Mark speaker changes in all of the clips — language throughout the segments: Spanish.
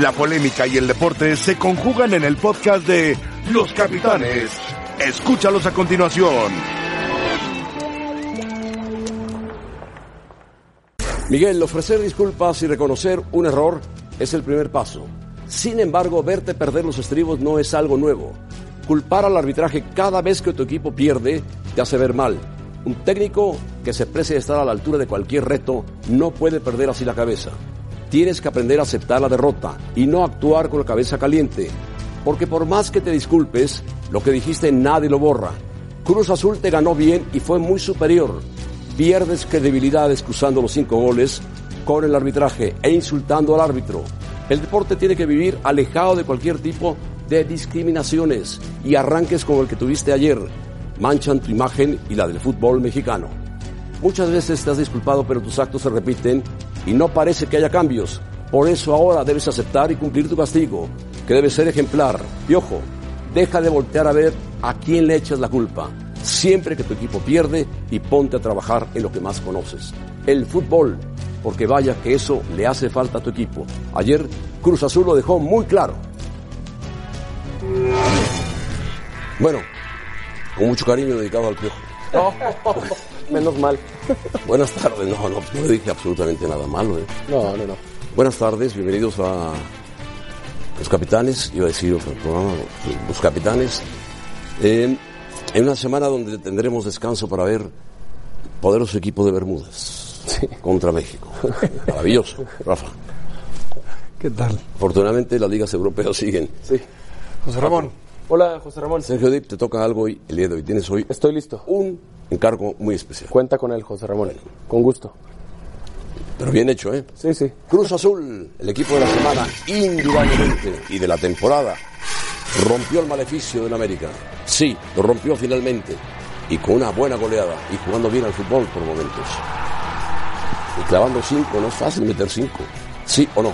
Speaker 1: La polémica y el deporte se conjugan en el podcast de Los Capitanes. Escúchalos a continuación.
Speaker 2: Miguel, ofrecer disculpas y reconocer un error es el primer paso. Sin embargo, verte perder los estribos no es algo nuevo. Culpar al arbitraje cada vez que tu equipo pierde te hace ver mal. Un técnico que se precie de estar a la altura de cualquier reto no puede perder así la cabeza. Tienes que aprender a aceptar la derrota y no actuar con la cabeza caliente. Porque por más que te disculpes, lo que dijiste nadie lo borra. Cruz Azul te ganó bien y fue muy superior. Pierdes credibilidad excusando los cinco goles con el arbitraje e insultando al árbitro. El deporte tiene que vivir alejado de cualquier tipo de discriminaciones y arranques como el que tuviste ayer. Manchan tu imagen y la del fútbol mexicano. Muchas veces te has disculpado pero tus actos se repiten y no parece que haya cambios. Por eso ahora debes aceptar y cumplir tu castigo, que debe ser ejemplar. Y ojo, deja de voltear a ver a quién le echas la culpa. Siempre que tu equipo pierde y ponte a trabajar en lo que más conoces. El fútbol, porque vaya que eso le hace falta a tu equipo. Ayer Cruz Azul lo dejó muy claro. Bueno, con mucho cariño dedicado al piojo.
Speaker 3: Menos mal.
Speaker 2: Buenas tardes, no, no, no le dije absolutamente nada malo. ¿eh?
Speaker 3: No, no, no.
Speaker 2: Buenas tardes, bienvenidos a Los Capitanes, iba a decir otro programa, Los Capitanes. Eh, en una semana donde tendremos descanso para ver poderoso equipo de Bermudas contra México. Maravilloso, Rafa.
Speaker 4: ¿Qué tal?
Speaker 2: Afortunadamente las ligas europeas siguen.
Speaker 3: Sí.
Speaker 4: José Ramón.
Speaker 3: Hola, José Ramón.
Speaker 2: Sergio Dip, te toca algo hoy, el día de hoy. Tienes hoy
Speaker 3: Estoy listo.
Speaker 2: un encargo muy especial,
Speaker 3: Cuenta con él, José Ramón. Con gusto.
Speaker 2: pero bien hecho, ¿eh?
Speaker 3: Sí, sí.
Speaker 2: Cruz Azul, el equipo de la semana, indudablemente, y de la temporada, rompió el maleficio del América. Sí, lo rompió finalmente, y con una buena goleada, y jugando bien al fútbol por momentos. Y clavando cinco, no es fácil meter cinco. ¿Sí o no?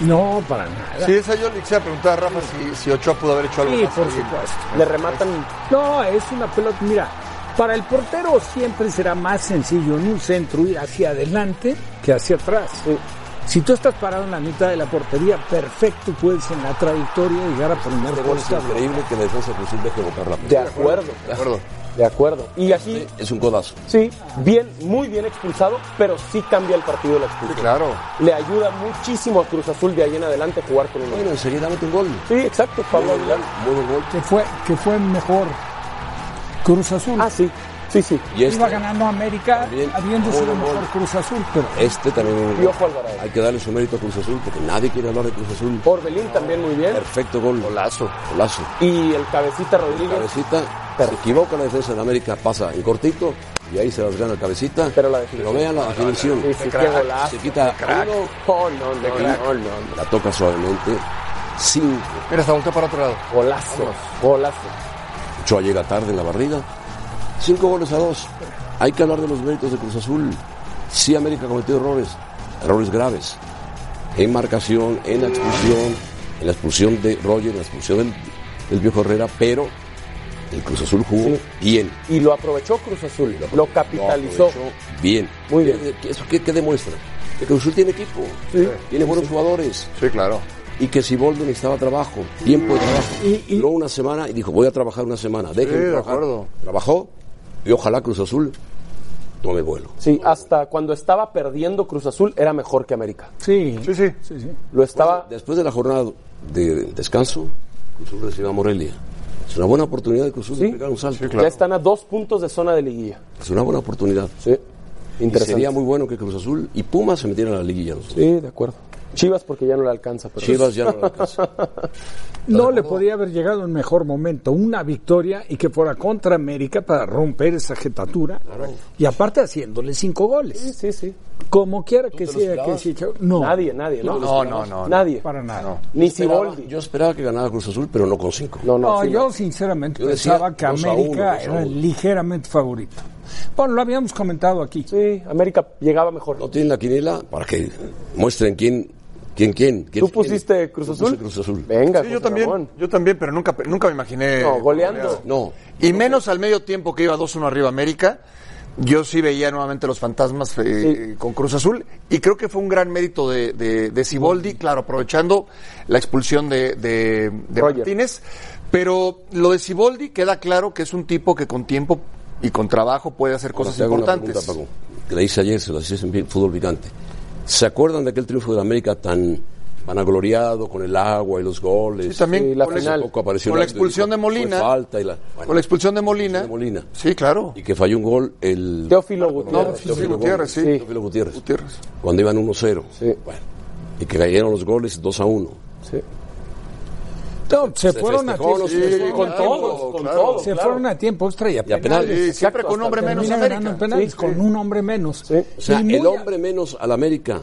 Speaker 5: No, para nada.
Speaker 4: Sí, esa yo le quise preguntar a Rafa si, si Ochoa pudo haber hecho algo
Speaker 5: Sí,
Speaker 4: más.
Speaker 5: por
Speaker 4: ahí.
Speaker 5: supuesto.
Speaker 3: Le rematan.
Speaker 5: No, es una pelota. Mira, para el portero siempre será más sencillo en un centro ir hacia adelante que hacia atrás. Si tú estás parado en la mitad de la portería, perfecto puedes en la trayectoria llegar a primer
Speaker 2: Este gol es
Speaker 5: poste.
Speaker 2: increíble que la defensa de Cruz Azul deje botar la
Speaker 3: De
Speaker 2: pelota.
Speaker 3: acuerdo.
Speaker 2: De acuerdo.
Speaker 3: De acuerdo. Y aquí,
Speaker 2: Sí, es un codazo.
Speaker 3: sí, bien, muy bien expulsado, pero sí cambia el partido de la
Speaker 4: Sí,
Speaker 3: expulsión.
Speaker 4: claro.
Speaker 3: Le ayuda muchísimo a Cruz Azul de ahí en adelante a jugar con uno.
Speaker 2: Bueno, enseguida mete un gol.
Speaker 3: Sí, exacto, Pablo Aguilar.
Speaker 2: Muy buen gol.
Speaker 5: Que fue, que fue mejor Cruz Azul.
Speaker 3: Ah, sí. Sí, sí.
Speaker 2: Y
Speaker 5: Iba
Speaker 2: este,
Speaker 5: ganando América,
Speaker 2: También,
Speaker 5: habiendo
Speaker 2: muy
Speaker 5: sido
Speaker 2: buen gol.
Speaker 5: mejor Cruz Azul, pero
Speaker 2: este también. un
Speaker 3: Y
Speaker 2: gol.
Speaker 3: ojo Alvarado.
Speaker 2: Hay que darle su mérito a Cruz Azul, porque nadie quiere hablar de Cruz Azul.
Speaker 3: Orbelín también muy bien.
Speaker 2: Perfecto gol. Golazo. Golazo.
Speaker 3: Y el cabecita Rodríguez.
Speaker 2: Cabecita. Se
Speaker 3: Perfecto.
Speaker 2: equivoca la defensa de América, pasa en cortito y ahí se las gana el cabecita.
Speaker 3: Pero la definición.
Speaker 2: vean la definición.
Speaker 3: Sí, sí, qué golazo.
Speaker 2: Se quita a uno,
Speaker 3: Oh, no, no, no, no, no.
Speaker 2: la toca suavemente. Cinco.
Speaker 4: Mira, hasta volteó para otro lado.
Speaker 3: Golazo, golazo.
Speaker 2: Ochoa llega tarde en la barriga. Cinco goles a dos. Hay que hablar de los méritos de Cruz Azul. Sí, América cometió errores, errores graves. En marcación, en la expulsión, en la expulsión de Roger, en la expulsión del, del viejo Herrera, pero el Cruz Azul jugó
Speaker 3: Sí.
Speaker 2: bien.
Speaker 3: Y lo aprovechó Cruz Azul, lo capitalizó.
Speaker 2: aprovechó bien.
Speaker 3: Muy bien.
Speaker 2: ¿Eso qué, qué demuestra? Que Cruz Azul tiene equipo,
Speaker 3: Sí.
Speaker 2: tiene buenos jugadores
Speaker 4: Sí, claro.
Speaker 2: y que si Bolden necesitaba trabajo, tiempo de trabajo.
Speaker 5: Y- y-
Speaker 2: Duró una semana y dijo, voy a trabajar una semana. Déjenme
Speaker 4: Sí, de
Speaker 2: trabajar.
Speaker 4: acuerdo.
Speaker 2: Trabajó y ojalá Cruz Azul tome vuelo.
Speaker 3: Sí, hasta cuando estaba perdiendo Cruz Azul era mejor que América.
Speaker 5: sí.
Speaker 4: Sí, sí.
Speaker 5: sí, sí.
Speaker 3: Lo estaba
Speaker 2: Después de la jornada de descanso, Cruz Azul recibe a Morelia. Es una buena oportunidad de Cruz Azul de
Speaker 3: Sí.
Speaker 2: pegar un salto.
Speaker 4: Sí, claro.
Speaker 3: ya están a dos puntos de zona de liguilla.
Speaker 2: Es una buena oportunidad.
Speaker 3: Sí,
Speaker 2: Y
Speaker 3: interesante.
Speaker 2: sería muy bueno que Cruz Azul y Pumas se metieran a la liguilla. los dos.
Speaker 3: Sí, de acuerdo. Chivas porque ya no le alcanza, pero
Speaker 2: Chivas ya no la alcanza.
Speaker 5: No le podía haber llegado en mejor momento una victoria y que fuera contra América para romper esa jetatura. Y aparte haciéndole cinco
Speaker 3: sí,
Speaker 5: goles.
Speaker 3: sí, sí.
Speaker 5: Como quiera que sea, que
Speaker 2: esperabas?
Speaker 5: sí, que- no,
Speaker 3: Nadie, nadie, ¿no?
Speaker 4: No, no, no. no.
Speaker 3: Nadie.
Speaker 5: para nada.
Speaker 4: No.
Speaker 3: Ni
Speaker 2: Esperaba-
Speaker 3: Siboldi.
Speaker 2: yo esperaba que ganara Cruz Azul, pero no con cinco.
Speaker 3: No, no,
Speaker 5: No,
Speaker 3: sí,
Speaker 5: yo sinceramente
Speaker 2: Yo decía
Speaker 5: pensaba que
Speaker 2: dos a uno,
Speaker 5: América
Speaker 2: dos a
Speaker 5: era
Speaker 2: uno.
Speaker 5: ligeramente favorito. Bueno, lo habíamos comentado aquí.
Speaker 3: Sí, América llegaba mejor.
Speaker 2: No tienen la quiniela para que muestren quién, quién, quién. quién
Speaker 3: ¿Tú pusiste Cruz
Speaker 2: Yo puse
Speaker 3: Azul?
Speaker 2: Cruz Azul.
Speaker 3: Venga,
Speaker 4: Sí,
Speaker 3: José
Speaker 4: yo también.
Speaker 3: Ramón.
Speaker 4: Yo también, pero nunca, nunca me imaginé.
Speaker 3: No, goleando.
Speaker 2: No,
Speaker 4: Y menos al medio tiempo que iba 2-1 arriba América. Yo sí veía nuevamente los fantasmas eh, con Cruz Azul y creo que fue un gran mérito de, de, de Siboldi, claro, aprovechando la expulsión de, de- de
Speaker 3: Roger.
Speaker 4: Martínez. Pero lo de Siboldi queda claro que es un tipo que con tiempo y con trabajo puede hacer cosas
Speaker 2: Te hago una
Speaker 4: importantes.
Speaker 2: pregunta, Paco, que le hice ayer, se lo hice en Pi- Fútbol Picante. ¿Se acuerdan de aquel triunfo de la América tan vanagloriado con el agua y los goles?
Speaker 4: Sí, también
Speaker 3: Sí, la
Speaker 4: con, esa-
Speaker 3: final.
Speaker 2: Poco apareció
Speaker 4: con la
Speaker 2: el árbitro y
Speaker 4: expulsión de
Speaker 2: dijo, fue
Speaker 4: Molina.
Speaker 2: falta y la- bueno,
Speaker 4: Con la expulsión de Molina.
Speaker 2: de Molina.
Speaker 4: Sí, claro.
Speaker 2: Y que falló un gol el...
Speaker 3: Teófilo
Speaker 4: No,
Speaker 3: Gutiérrez.
Speaker 4: sí, sí, Gutiérrez, sí.
Speaker 3: Sí.
Speaker 2: Teófilo Gutiérrez.
Speaker 4: Gutiérrez.
Speaker 2: Cuando iban 1-0.
Speaker 3: Sí.
Speaker 2: Bueno, y que cayeron los goles 2 a 1.
Speaker 3: Sí.
Speaker 5: No, se, fueron a
Speaker 2: festejó,
Speaker 5: tiempo.
Speaker 2: no se festejó.
Speaker 5: con
Speaker 4: claro,
Speaker 5: todos, con
Speaker 4: claro,
Speaker 5: todos. Se
Speaker 4: claro.
Speaker 5: fueron a tiempo extra y a
Speaker 2: a
Speaker 5: penales.
Speaker 2: penales.
Speaker 4: Sí, siempre
Speaker 3: Exacto,
Speaker 4: con un hombre
Speaker 3: hasta
Speaker 4: menos
Speaker 5: Termina ganando en
Speaker 4: América.
Speaker 5: penales
Speaker 3: Sí,
Speaker 5: con
Speaker 3: sí.
Speaker 5: un hombre menos.
Speaker 2: O sea,
Speaker 5: Y muy
Speaker 2: el
Speaker 5: a-
Speaker 2: hombre menos al América,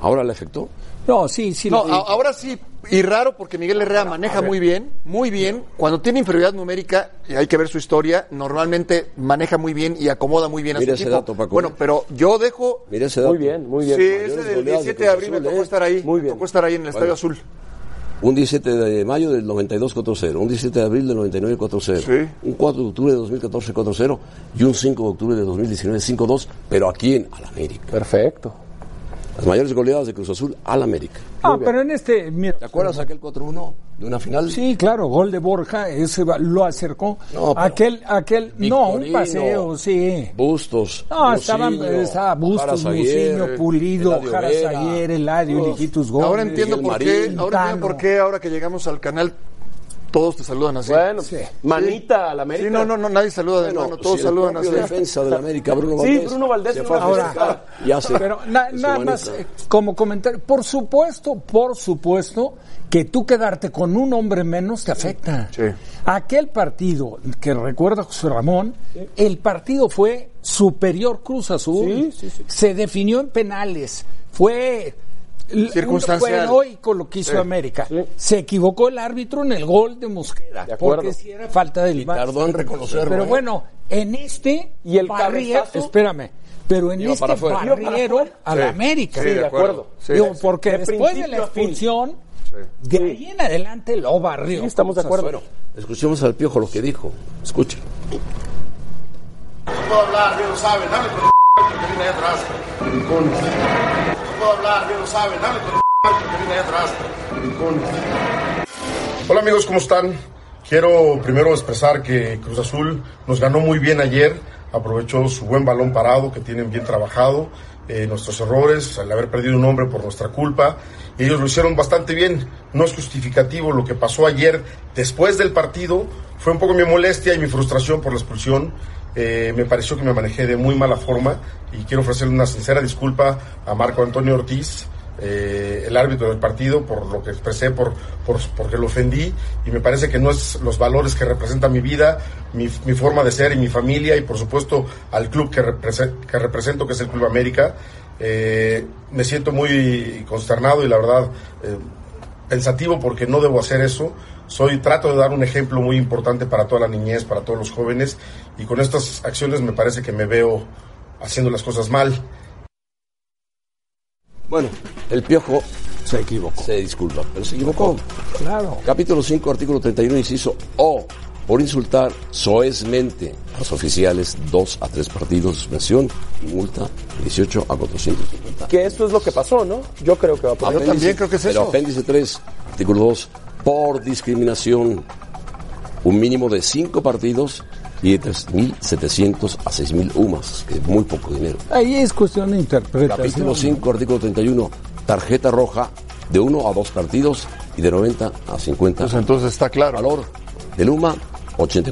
Speaker 2: ¿ahora le afectó?
Speaker 5: No, sí, sí.
Speaker 4: No,
Speaker 5: lo-
Speaker 4: a- ahora sí, y raro porque Miguel Herrera maneja muy bien, muy bien. Cuando tiene inferioridad numérica, y hay que ver su historia, normalmente maneja muy bien y acomoda muy bien a
Speaker 2: Mira
Speaker 4: su
Speaker 2: ese
Speaker 4: equipo.
Speaker 2: dato, Paco.
Speaker 4: Bueno, pero yo dejo...
Speaker 2: Mira ese dato.
Speaker 3: Muy bien, muy
Speaker 4: Sí,
Speaker 3: bien.
Speaker 4: ese
Speaker 2: Mayores
Speaker 4: del
Speaker 2: goleadas
Speaker 4: 17
Speaker 2: de
Speaker 4: de
Speaker 2: Cruz
Speaker 4: abril me
Speaker 2: Azul,
Speaker 4: tocó
Speaker 2: ¿eh?
Speaker 4: estar ahí.
Speaker 3: Muy
Speaker 4: Me
Speaker 3: bien.
Speaker 4: tocó estar ahí en el Estadio Azul.
Speaker 2: Un 17 de mayo del 92 4-0, un 17 de abril del 99 4-0,
Speaker 4: Sí.
Speaker 2: un 4 de octubre de 2014 4-0 y un 5 de octubre de 2019 5-2, pero ¿a quién? Al América.
Speaker 3: Perfecto.
Speaker 2: Las mayores goleadas de Cruz Azul al América.
Speaker 5: Ah, pero en este. mira,
Speaker 2: ¿Te acuerdas aquel 4-1 de una final?
Speaker 5: Sí, claro, gol de Borja, ese va- lo acercó.
Speaker 2: No, pero-
Speaker 5: aquel, aquel, no, un
Speaker 2: Victorino.
Speaker 5: paseo, sí.
Speaker 2: Bustos.
Speaker 5: No, estaban
Speaker 2: Musillo,
Speaker 5: estaba Bustos,
Speaker 2: Jara
Speaker 5: Muciño,
Speaker 2: Zaguirre,
Speaker 5: Pulido,
Speaker 2: Eladio
Speaker 5: Jara
Speaker 2: Vera.
Speaker 5: Zaguer, Eladio, Lijitus Gómez.
Speaker 4: Ahora entiendo
Speaker 2: Miguel
Speaker 4: por qué,
Speaker 2: Marín,
Speaker 4: ahora entiendo
Speaker 5: Tano.
Speaker 4: por qué ahora que llegamos al canal todos te saludan así.
Speaker 3: Bueno,
Speaker 5: Sí.
Speaker 3: manita a la América.
Speaker 4: Sí, no, no, no, nadie saluda de mano,
Speaker 2: Bueno,
Speaker 4: todos
Speaker 2: si el
Speaker 4: saludan
Speaker 2: propio
Speaker 4: así.
Speaker 2: defensa del América, Bruno
Speaker 3: Sí,
Speaker 2: Valdés.
Speaker 3: Bruno Valdés
Speaker 2: se
Speaker 3: no
Speaker 2: fue a
Speaker 3: va a
Speaker 2: festejar y hace-
Speaker 5: Pero na-
Speaker 2: se
Speaker 5: nada
Speaker 2: humaniza.
Speaker 5: más eh, como comentario, por supuesto, por supuesto que tú quedarte con un hombre menos te afecta.
Speaker 4: Sí.
Speaker 5: Aquel partido que recuerda José Ramón, el partido fue superior Cruz Azul,
Speaker 3: Sí, sí, sí.
Speaker 5: se definió en penales, fue l-
Speaker 4: Circunstancial.
Speaker 5: fue heroico lo que hizo América.
Speaker 3: sí.
Speaker 5: Se equivocó el árbitro en el gol de Mosquera,
Speaker 3: De acuerdo.
Speaker 5: porque si era falta del Iván.
Speaker 2: Tardó en reconocerlo.
Speaker 5: Pero
Speaker 2: ¿eh?
Speaker 5: bueno, en este
Speaker 3: Y el
Speaker 5: barrier-
Speaker 3: cabezazo-
Speaker 5: espérame, pero en
Speaker 2: Iba
Speaker 5: este
Speaker 2: para afuera.
Speaker 3: Iba para
Speaker 5: barrieron
Speaker 3: afuera.
Speaker 5: a la América.
Speaker 4: Sí, de acuerdo. Sí.
Speaker 5: Digo, porque
Speaker 3: De
Speaker 5: después de la
Speaker 3: principio a fin.
Speaker 5: expulsión, de ahí en adelante lo barrió.
Speaker 3: Sí, estamos de
Speaker 5: Cruz
Speaker 3: acuerdo.
Speaker 5: Azul.
Speaker 2: Escuchemos al piojo lo que dijo. Escuchen.
Speaker 6: No puedo hablar, bien lo saben, dale con que viene ahí atrás. No puedo hablar, bien lo saben, dale con que viene ahí atrás. Hola amigos, ¿cómo están? Quiero primero expresar que Cruz Azul nos ganó muy bien ayer, aprovechó su buen balón parado que tienen bien trabajado, eh, nuestros errores, el haber perdido un hombre por nuestra culpa, y ellos lo hicieron bastante bien, no es justificativo lo que pasó ayer después del partido, fue un poco mi molestia y mi frustración por la expulsión, eh, me pareció que me manejé de muy mala forma y quiero ofrecerle una sincera disculpa a Marco Antonio Ortiz, eh, el árbitro del partido por lo que expresé, por, por- porque lo ofendí y me parece que no es los valores que representa mi vida, mi, mi forma de ser y mi familia y por supuesto al club que, represe- que represento, que es el Club América. Eh, me siento muy consternado y la verdad... eh, pensativo porque no debo hacer eso. Soy trato de dar un ejemplo muy importante para toda la niñez, para todos los jóvenes y con estas acciones me parece que me veo haciendo las cosas mal.
Speaker 2: Bueno, el piojo
Speaker 5: Se equivocó.
Speaker 2: se disculpa, pero se equivocó.
Speaker 5: Claro.
Speaker 2: Capítulo 5, artículo 31, inciso O. Por insultar soezmente a los oficiales, 2 a 3 partidos de suspensión y multa 18 a 450.
Speaker 3: Que eso es lo que pasó, ¿no? Ah, Yo creo que va a pasar.
Speaker 2: Apéndice-
Speaker 4: también creo que es
Speaker 2: pero
Speaker 4: eso.
Speaker 2: apéndice 3, artículo 2, por discriminación, un mínimo de 5 partidos y de 3.700 a 6.000 UMAS, que es muy poco dinero.
Speaker 5: Ahí es cuestión de interpretación.
Speaker 2: Capítulo 5, artículo 31, tarjeta roja de 1 a 2 partidos y de 90 a 50.
Speaker 4: Pues entonces está claro.
Speaker 2: Valor de Luma,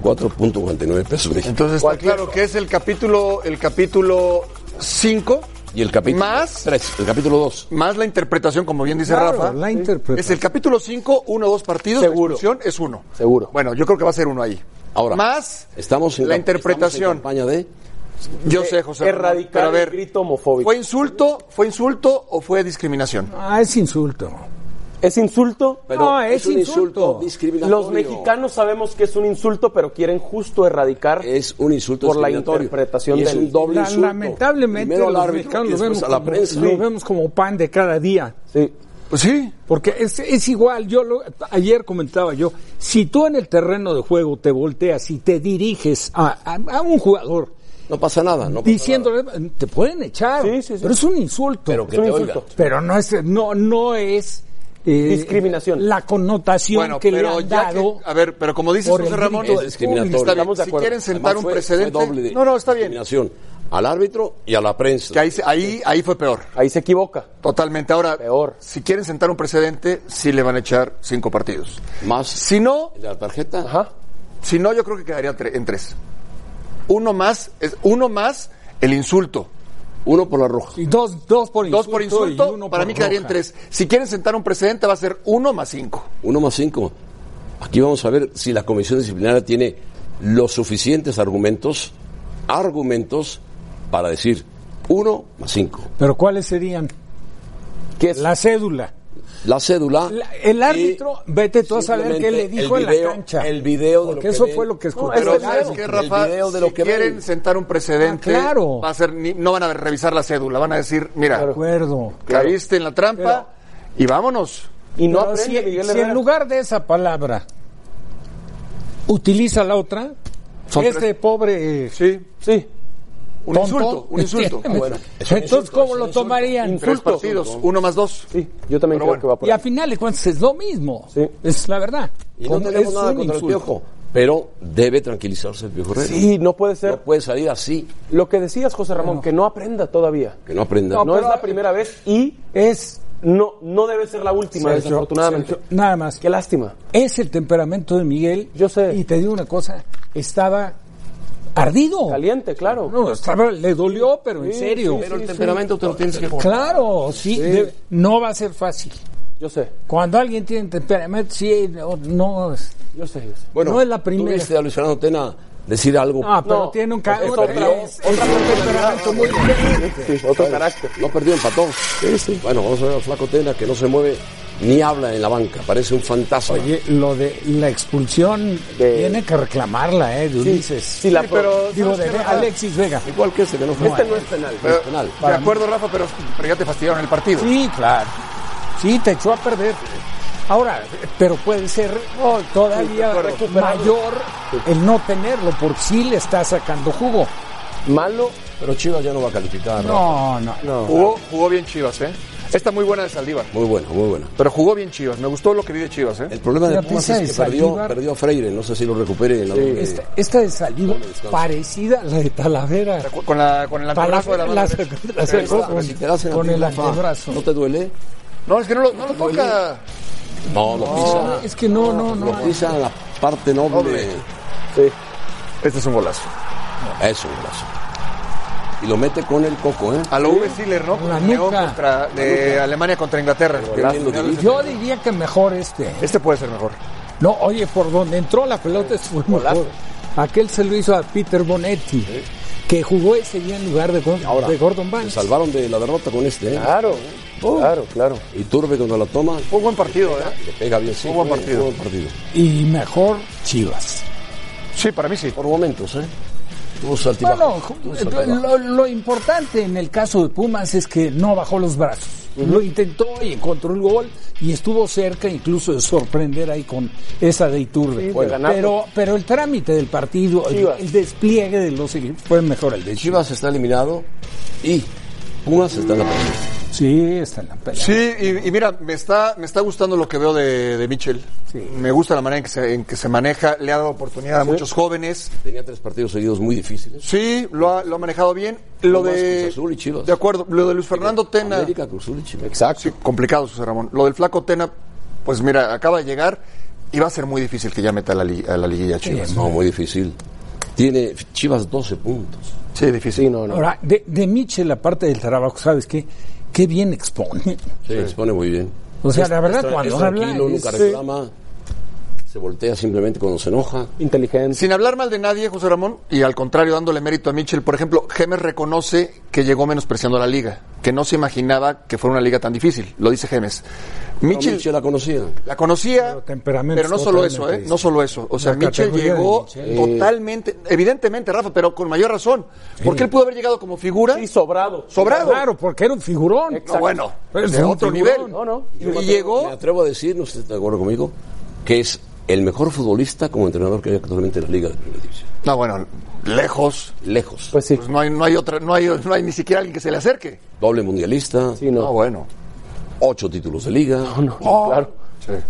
Speaker 2: 84.49 pesos mexicanos.
Speaker 4: Entonces está claro que es el capítulo el capítulo 5
Speaker 2: Y el capítulo
Speaker 4: Más.
Speaker 2: 3, el capítulo 2.
Speaker 4: más la interpretación como bien dice
Speaker 5: Claro,
Speaker 4: Rafa.
Speaker 5: la interpretación.
Speaker 4: Es el capítulo 5, uno o dos partidos,
Speaker 3: Seguro.
Speaker 4: la expulsión es uno.
Speaker 3: Seguro.
Speaker 4: Bueno, yo creo que va a ser uno ahí.
Speaker 2: Ahora,
Speaker 4: más
Speaker 2: estamos en
Speaker 4: la
Speaker 2: cap-
Speaker 4: interpretación.
Speaker 2: estamos en campaña de
Speaker 4: yo sé, José. Ramón,
Speaker 3: erradicar
Speaker 4: pero a ver,
Speaker 3: el grito homofóbico.
Speaker 4: ¿Fue insulto, fue insulto o fue discriminación?
Speaker 5: Ah, es insulto.
Speaker 3: ¿Es insulto?
Speaker 2: Pero
Speaker 5: No,
Speaker 2: es,
Speaker 5: es
Speaker 2: un
Speaker 5: insulto.
Speaker 2: insulto discriminatorio.
Speaker 3: Los mexicanos sabemos que es un insulto, pero quieren justo erradicar.
Speaker 2: es un insulto
Speaker 3: Por la
Speaker 2: discriminatorio.
Speaker 3: interpretación
Speaker 2: Y es
Speaker 3: del-
Speaker 2: un doble
Speaker 5: La-
Speaker 2: insulto.
Speaker 5: lamentablemente
Speaker 2: Primero al
Speaker 5: los
Speaker 2: árbitro
Speaker 5: mexicanos
Speaker 2: y
Speaker 5: lo
Speaker 2: después
Speaker 5: vemos,
Speaker 2: a la
Speaker 5: como,
Speaker 2: prensa.
Speaker 5: lo vemos como pan de cada día.
Speaker 3: Sí.
Speaker 4: Pues sí.
Speaker 5: Porque es, es igual, yo lo- ayer comentaba yo, si tú en el terreno de juego te volteas y te diriges a, a- a un jugador
Speaker 2: No pasa nada, no pasa
Speaker 5: diciéndole, te pueden echar.
Speaker 3: Sí, sí, sí.
Speaker 5: Pero es un insulto. Pero,
Speaker 3: Es un insulto.
Speaker 5: no es, no, no es eh,
Speaker 3: Discriminación.
Speaker 5: La connotación que le han
Speaker 4: ya que-
Speaker 5: dado.
Speaker 4: a ver, pero como dice
Speaker 5: por
Speaker 4: José
Speaker 5: el
Speaker 4: Ramón,
Speaker 5: grito.
Speaker 2: Es discriminatorio.
Speaker 4: Está bien,
Speaker 2: Estamos de
Speaker 4: si
Speaker 2: acuerdo.
Speaker 4: quieren sentar
Speaker 2: Además,
Speaker 4: un
Speaker 2: fue-
Speaker 4: precedente,
Speaker 2: fue doble de
Speaker 4: no, no, está bien.
Speaker 2: discriminación al árbitro y a la prensa.
Speaker 4: Que ahí, se- ahí, ahí fue peor.
Speaker 3: Ahí se equivoca.
Speaker 4: Totalmente. Ahora,
Speaker 3: Peor.
Speaker 4: si quieren sentar un precedente, sí le van a echar cinco partidos.
Speaker 2: Más
Speaker 4: Si no,
Speaker 2: la tarjeta.
Speaker 3: Ajá.
Speaker 4: si no, yo creo que quedaría tre- en tres. Uno más, es uno más el insulto.
Speaker 2: Uno por la roja.
Speaker 5: Y dos, dos por insulto.
Speaker 4: Dos por
Speaker 5: y
Speaker 4: insulto,
Speaker 5: uno
Speaker 4: para
Speaker 5: por
Speaker 4: mí quedaría en
Speaker 5: roja.
Speaker 4: tres. Si quieren sentar un precedente, va a ser uno más cinco.
Speaker 2: Uno más cinco. Aquí vamos a ver si la comisión disciplinaria tiene los suficientes argumentos, argumentos para decir uno más cinco.
Speaker 5: Pero ¿cuáles serían?
Speaker 2: ¿Qué es?
Speaker 5: La cédula.
Speaker 2: La cédula.
Speaker 5: La- el árbitro, vete tú a saber qué le dijo
Speaker 2: el
Speaker 5: en la
Speaker 2: video-
Speaker 5: cancha.
Speaker 2: El video. de lo
Speaker 5: Porque eso
Speaker 2: ven.
Speaker 5: fue lo que escuchó.
Speaker 2: No,
Speaker 4: Pero
Speaker 2: es
Speaker 4: sabes
Speaker 2: claro.
Speaker 4: que
Speaker 2: El
Speaker 4: Rafa,
Speaker 2: video de
Speaker 4: si
Speaker 2: lo que ven.
Speaker 4: quieren sentar un precedente,
Speaker 5: Ah, claro.
Speaker 4: va a ser ni- no van a revisar la cédula, van a decir, mira,
Speaker 5: De acuerdo.
Speaker 4: caíste en la trampa y vámonos.
Speaker 3: Y no
Speaker 5: Pero
Speaker 3: aprende
Speaker 5: si,
Speaker 3: Miguel
Speaker 5: si
Speaker 3: Herrera.
Speaker 5: en lugar de esa palabra utiliza la otra,
Speaker 4: Son
Speaker 5: este
Speaker 4: tres.
Speaker 5: pobre
Speaker 4: Sí,
Speaker 3: Sí.
Speaker 4: un
Speaker 5: tonto,
Speaker 4: insulto, un insulto.
Speaker 5: ¿entiendes?
Speaker 2: es un
Speaker 5: Entonces,
Speaker 2: insulto, es
Speaker 5: ¿cómo
Speaker 2: un
Speaker 5: lo
Speaker 2: insulto.
Speaker 5: tomarían?
Speaker 4: Tres partidos, uno más dos.
Speaker 3: Sí, yo también
Speaker 4: Pero
Speaker 3: creo que va por
Speaker 5: Y
Speaker 3: ahí.
Speaker 5: al final de cuentas es lo mismo.
Speaker 3: Sí.
Speaker 5: Es la verdad.
Speaker 2: Y no
Speaker 5: Como-
Speaker 2: tenemos
Speaker 5: es
Speaker 2: nada
Speaker 5: un
Speaker 2: contra el
Speaker 5: insulto.
Speaker 2: piojo. Pero debe tranquilizarse el piojo Herrera.
Speaker 3: Sí, no puede ser.
Speaker 2: No puede salir así,
Speaker 3: Lo que decías, José Ramón, que no aprenda todavía.
Speaker 2: que no aprenda.
Speaker 3: No,
Speaker 5: pero-
Speaker 3: es la primera vez y
Speaker 5: Es,
Speaker 3: no, no debe ser la última,
Speaker 5: Sergio,
Speaker 3: desafortunadamente.
Speaker 5: Sergio, nada más.
Speaker 3: Qué lástima.
Speaker 5: es el temperamento de Miguel.
Speaker 3: Yo sé.
Speaker 5: Y te digo una cosa, estaba ardido.
Speaker 3: Caliente, claro.
Speaker 5: No, estaba, le dolió, pero en serio.
Speaker 2: Pero el temperamento te lo tienes que jugar.
Speaker 5: Claro, sí, de- no va a ser fácil.
Speaker 3: Yo sé,
Speaker 5: Cuando alguien tiene temperamento, sí, no, no, es-
Speaker 3: yo sé, yo sé.
Speaker 5: no es la primera.
Speaker 2: ¿Tú viste a Luis Fernando Tena decir algo?
Speaker 5: Ah, pero
Speaker 3: No,
Speaker 5: tiene un ca-
Speaker 3: es
Speaker 5: otra
Speaker 3: otra
Speaker 5: vez, es un temperamento muy diferente.
Speaker 3: Sí, otro carácter.
Speaker 2: No perdió, empató. Bueno, vamos a ver al flaco Tena que no se mueve ni habla en la banca. Parece un fantasma.
Speaker 5: Oye, lo de la expulsión
Speaker 3: De-
Speaker 5: tiene que reclamarla, eh, de Ulises.
Speaker 3: Sí, la pero
Speaker 5: Digo, de Alexis Vega.
Speaker 2: Igual que ese que no fue.
Speaker 3: este no es penal.
Speaker 4: ¿eh? Pero-
Speaker 2: Penal.
Speaker 4: de acuerdo, Rafa, pero, pero ya te fastidiaron el partido.
Speaker 5: Sí, claro. Sí, te echó a perder. Ahora, pero puede ser oh, todavía mayor el no tenerlo, porque sí le está sacando jugo.
Speaker 3: Malo,
Speaker 2: Pero Chivas ya no va a calificar. ¿no?
Speaker 5: No, no.
Speaker 4: Jugó, jugó bien Chivas, ¿eh? Esta muy buena de Saldívar.
Speaker 2: Muy bueno, muy bueno.
Speaker 4: Pero jugó bien Chivas. Me gustó lo que vi de Chivas, ¿eh?
Speaker 2: El problema de
Speaker 5: Fíjate,
Speaker 2: Pumas
Speaker 5: esa
Speaker 2: es que
Speaker 5: de
Speaker 2: perdió,
Speaker 5: Saldívar- este,
Speaker 2: perdió a Freire. No sé si lo recupere en la eh,
Speaker 5: Esta, esta de Saldívar, parecida a la de Talavera.
Speaker 4: Con, la, con el antebrazo de
Speaker 5: Talavera
Speaker 4: la mano
Speaker 5: la
Speaker 4: derecha.
Speaker 5: sacó- la sacó
Speaker 2: pero
Speaker 5: con,
Speaker 2: si te la hacen a
Speaker 5: con
Speaker 2: ti,
Speaker 5: el
Speaker 2: Rafa,
Speaker 5: antebrazo.
Speaker 2: ¿No te duele?
Speaker 4: No, es que no lo, no lo toca.
Speaker 2: No, lo pisa.
Speaker 5: Es que no, no, no.
Speaker 2: Lo pisa la parte noble.
Speaker 4: Noble.
Speaker 3: sí.
Speaker 4: Este es un golazo.
Speaker 2: Eso, un brazo. Y lo mete con el coco, ¿eh?
Speaker 4: A lo V. Stiller, ¿no?
Speaker 5: La
Speaker 4: León
Speaker 5: nuca.
Speaker 4: contra- de Alemania contra Inglaterra.
Speaker 2: Golazo.
Speaker 5: Yo diría que mejor este.
Speaker 4: Este puede ser mejor.
Speaker 5: No, oye, por donde entró la pelota fue mejor. Aquel se lo hizo a Peter Bonetti, que jugó ese día en lugar de, Gordon-
Speaker 2: Ahora,
Speaker 5: de Gordon
Speaker 2: Se
Speaker 5: Banks.
Speaker 2: salvaron de la derrota con este, ¿eh?
Speaker 3: Claro, claro, claro.
Speaker 2: Y Turbe cuando la toma,
Speaker 4: Fue un buen partido, ¿eh?
Speaker 2: le pega bien. Sí,
Speaker 4: Fue buen
Speaker 2: fue-
Speaker 4: partido.
Speaker 2: fue buen partido.
Speaker 5: Y mejor Chivas.
Speaker 4: Sí, para mí sí.
Speaker 2: Por momentos, ¿eh? Tuvo sus altibajos,
Speaker 5: Bueno,
Speaker 2: tuvo sus altibajos.
Speaker 5: lo, lo importante en el caso de Pumas es que no bajó los brazos. Lo intentó y encontró el gol y estuvo cerca incluso de sorprender ahí con esa de Iturbe.
Speaker 3: de
Speaker 5: Bueno,
Speaker 3: ganarlo.
Speaker 5: pero, pero el trámite del partido, el,
Speaker 3: Chivas.
Speaker 5: el despliegue de los equipos fue mejor el de Chivas.
Speaker 2: Chivas está eliminado y Pumas está en la pelea.
Speaker 5: Sí, está en la pelea.
Speaker 4: Sí, y, y mira, me está, me está gustando lo que veo de, de Mitchell.
Speaker 5: Sí.
Speaker 4: Me gusta la manera en que, se, en que se maneja. Le ha dado oportunidad a muchos jóvenes.
Speaker 2: Tenía tres partidos seguidos muy difíciles.
Speaker 4: Sí, lo ha, lo ha manejado bien. Lo
Speaker 2: Pumas,
Speaker 4: de.
Speaker 2: Cruz Azul y Chivas.
Speaker 4: De acuerdo. Lo de Luis Fernando Tena.
Speaker 2: América, Cruz Azul y Chivas.
Speaker 4: Sí, complicado, José Ramón. Lo del Flaco Tena, pues mira, acaba de llegar y va a ser muy difícil que ya meta a la, li- a la liguilla a Chivas.
Speaker 2: No, muy difícil. Tiene Chivas 12 puntos.
Speaker 4: Sí, difícil.
Speaker 5: Ahora, de, de Mitchell, la parte del trabajo, ¿sabes qué? Qué bien expone.
Speaker 2: Sí, se pone muy bien.
Speaker 5: O sea, la verdad,
Speaker 2: Es tra-
Speaker 5: cuando
Speaker 2: es
Speaker 5: habla.
Speaker 2: tranquilo, nunca
Speaker 5: es-
Speaker 2: reclama. Se voltea simplemente cuando se enoja.
Speaker 3: Inteligente.
Speaker 4: Sin hablar mal de nadie, José Ramón, y al contrario, dándole mérito a Mitchell, por ejemplo, Gemes reconoce que llegó menospreciando a la liga, que no se imaginaba que fuera una liga tan difícil, lo dice Gemes. Mitchell
Speaker 2: Michel la conocía.
Speaker 4: la conocía,
Speaker 5: Pero
Speaker 4: pero,
Speaker 5: temperamento
Speaker 4: no solo eso,
Speaker 5: totalmente
Speaker 4: ¿eh? No solo eso. O sea,
Speaker 5: La
Speaker 4: Mitchell
Speaker 5: categoría de
Speaker 4: llegó
Speaker 5: Mitchell.
Speaker 4: totalmente, evidentemente, Rafa, pero con mayor razón, porque él pudo haber llegado como figura
Speaker 3: Sí, sobrado.
Speaker 4: sobrado.
Speaker 5: Claro, porque era un figurón.
Speaker 4: No, bueno,
Speaker 5: Pero es
Speaker 4: de
Speaker 5: un
Speaker 4: otro
Speaker 5: tiburón.
Speaker 4: nivel.
Speaker 3: No, no.
Speaker 4: Y
Speaker 2: Yo me atrevo-
Speaker 4: llegó.
Speaker 2: Me atrevo a decir, no sé si está de acuerdo conmigo, que es el mejor futbolista como entrenador que hay actualmente en la Liga de Primera División.
Speaker 4: No, bueno, lejos,
Speaker 2: lejos.
Speaker 3: Pues sí.
Speaker 4: pues no hay, no hay otra, no hay, no hay ni siquiera alguien que se le acerque.
Speaker 2: Doble mundialista, Ah,
Speaker 3: Sí, no.
Speaker 4: No, bueno.
Speaker 2: ocho títulos de liga,
Speaker 4: Oh.
Speaker 3: Claro.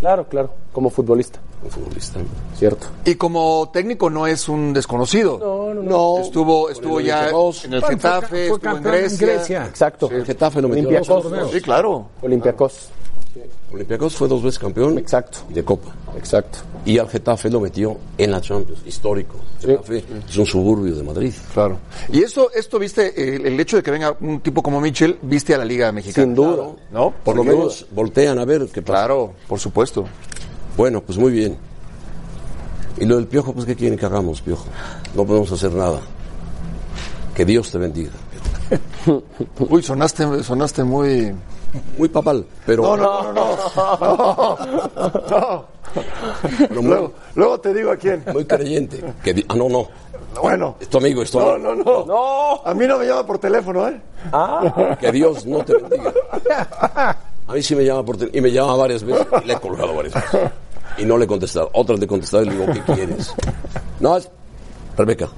Speaker 3: Claro, claro. Como futbolista.
Speaker 2: un futbolista.
Speaker 3: Cierto.
Speaker 4: Y como técnico no es un desconocido.
Speaker 3: No, no, no.
Speaker 2: No,
Speaker 4: estuvo, estuvo
Speaker 2: el
Speaker 4: ya
Speaker 2: Olympiacos.
Speaker 4: en el
Speaker 5: Bueno, fue ca-
Speaker 4: Getafe,
Speaker 5: fue
Speaker 4: estuvo en
Speaker 5: campeón
Speaker 4: Grecia.
Speaker 3: Exacto.
Speaker 2: el Getafe lo metió.
Speaker 3: Olympiacos.
Speaker 2: Olympiacos.
Speaker 4: Sí, claro.
Speaker 3: Olympiacos.
Speaker 2: Olympiacos fue dos veces campeón
Speaker 3: Exacto.
Speaker 2: y de Copa.
Speaker 3: Exacto.
Speaker 2: Y al Getafe lo metió en la Champions, histórico. Getafe es un suburbio de Madrid.
Speaker 4: Claro. Y eso, esto viste, el, el hecho de que venga un tipo como Mitchell, viste a la Liga Mexicana.
Speaker 3: Sin duda.
Speaker 4: ¿No?
Speaker 2: Por lo
Speaker 4: Sin duda.
Speaker 2: menos voltean a ver qué pasa.
Speaker 4: Claro, por supuesto.
Speaker 2: Bueno, pues muy bien. Y lo del piojo, pues ¿qué quieren que hagamos, piojo? No podemos hacer nada. Que Dios te bendiga.
Speaker 4: Uy, sonaste, sonaste muy.
Speaker 2: Muy papal, pero...
Speaker 4: no, no, no. No.
Speaker 2: pero muy,
Speaker 4: Luego, luego te digo a quién.
Speaker 2: muy creyente. Que di- ah, no, no.
Speaker 4: Bueno.
Speaker 2: Es tu amigo, es tu
Speaker 4: No,
Speaker 2: amigo.
Speaker 4: no, no. A mí no me llama por teléfono, ¿eh?
Speaker 2: Que Dios no te bendiga. A mí sí me llama por tel- y me llama varias veces y le he colgado varias veces. Y no le he contestado. Otras le he contestado y le digo, ¿qué quieres? No, es Rebeca.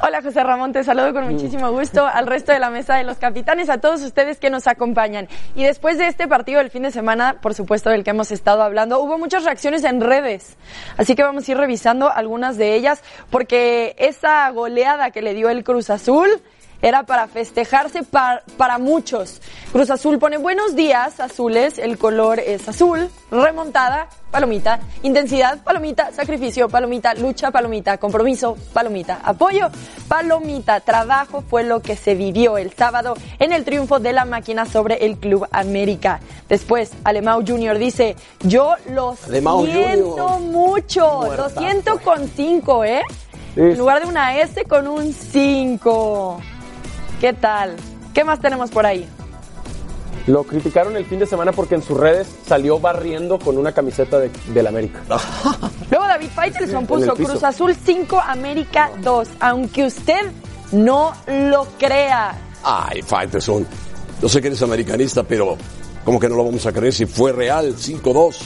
Speaker 7: Hola José Ramón, te saludo con muchísimo gusto al resto de la mesa de los capitanes, a todos ustedes que nos acompañan. Y después de este partido del fin de semana, por supuesto del que hemos estado hablando, hubo muchas reacciones en redes. Así que vamos a ir revisando algunas de ellas porque esa goleada que le dio el Cruz Azul era para festejarse par- para muchos. Cruz Azul pone buenos días, azules, el color es azul, remontada, palomita, intensidad, palomita, sacrificio, palomita, lucha, palomita, compromiso, palomita, apoyo, palomita, trabajo fue lo que se vivió el sábado en el triunfo de la máquina sobre el Club América. Después, Alemão Junior dice, yo los
Speaker 2: Alemão
Speaker 7: siento
Speaker 2: Junior.
Speaker 7: mucho, lo siento con cinco, ¿eh? En lugar de una S con un 5. ¿Qué tal? ¿Qué más tenemos por ahí?
Speaker 3: Lo criticaron el fin de semana porque en sus redes salió barriendo con una camiseta de, del América.
Speaker 4: Ah.
Speaker 7: Luego David Faitelson
Speaker 3: en
Speaker 7: puso
Speaker 3: el piso.
Speaker 7: Cruz Azul 5, América 2. Aunque usted no lo crea.
Speaker 2: Ay, Faitelson. Yo sé que eres americanista, pero ¿cómo que no lo vamos a creer si fue real? 5-2.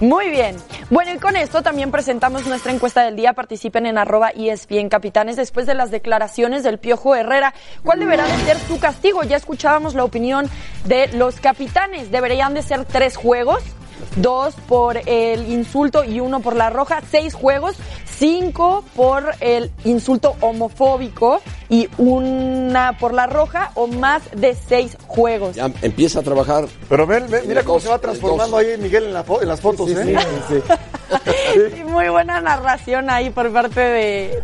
Speaker 7: Muy bien. Bueno, y con esto también presentamos nuestra encuesta del día. Participen en arroba E ESPN Capitanes después de las declaraciones del Piojo Herrera. ¿Cuál deberá de ser su castigo? Ya escuchábamos la opinión de los capitanes. ¿Deberían de ser tres juegos? Dos por el insulto y uno por la roja. Seis juegos. Cinco por el insulto homofóbico y una por la roja o más de seis juegos.
Speaker 2: Ya empieza a trabajar.
Speaker 4: Pero ven, ven, mira
Speaker 2: El
Speaker 4: cómo
Speaker 2: dos,
Speaker 4: se va
Speaker 2: el
Speaker 4: transformando
Speaker 2: dos.
Speaker 4: ahí Miguel en, la fo- en las fotos, ¿eh?
Speaker 7: Sí, muy buena narración ahí por parte de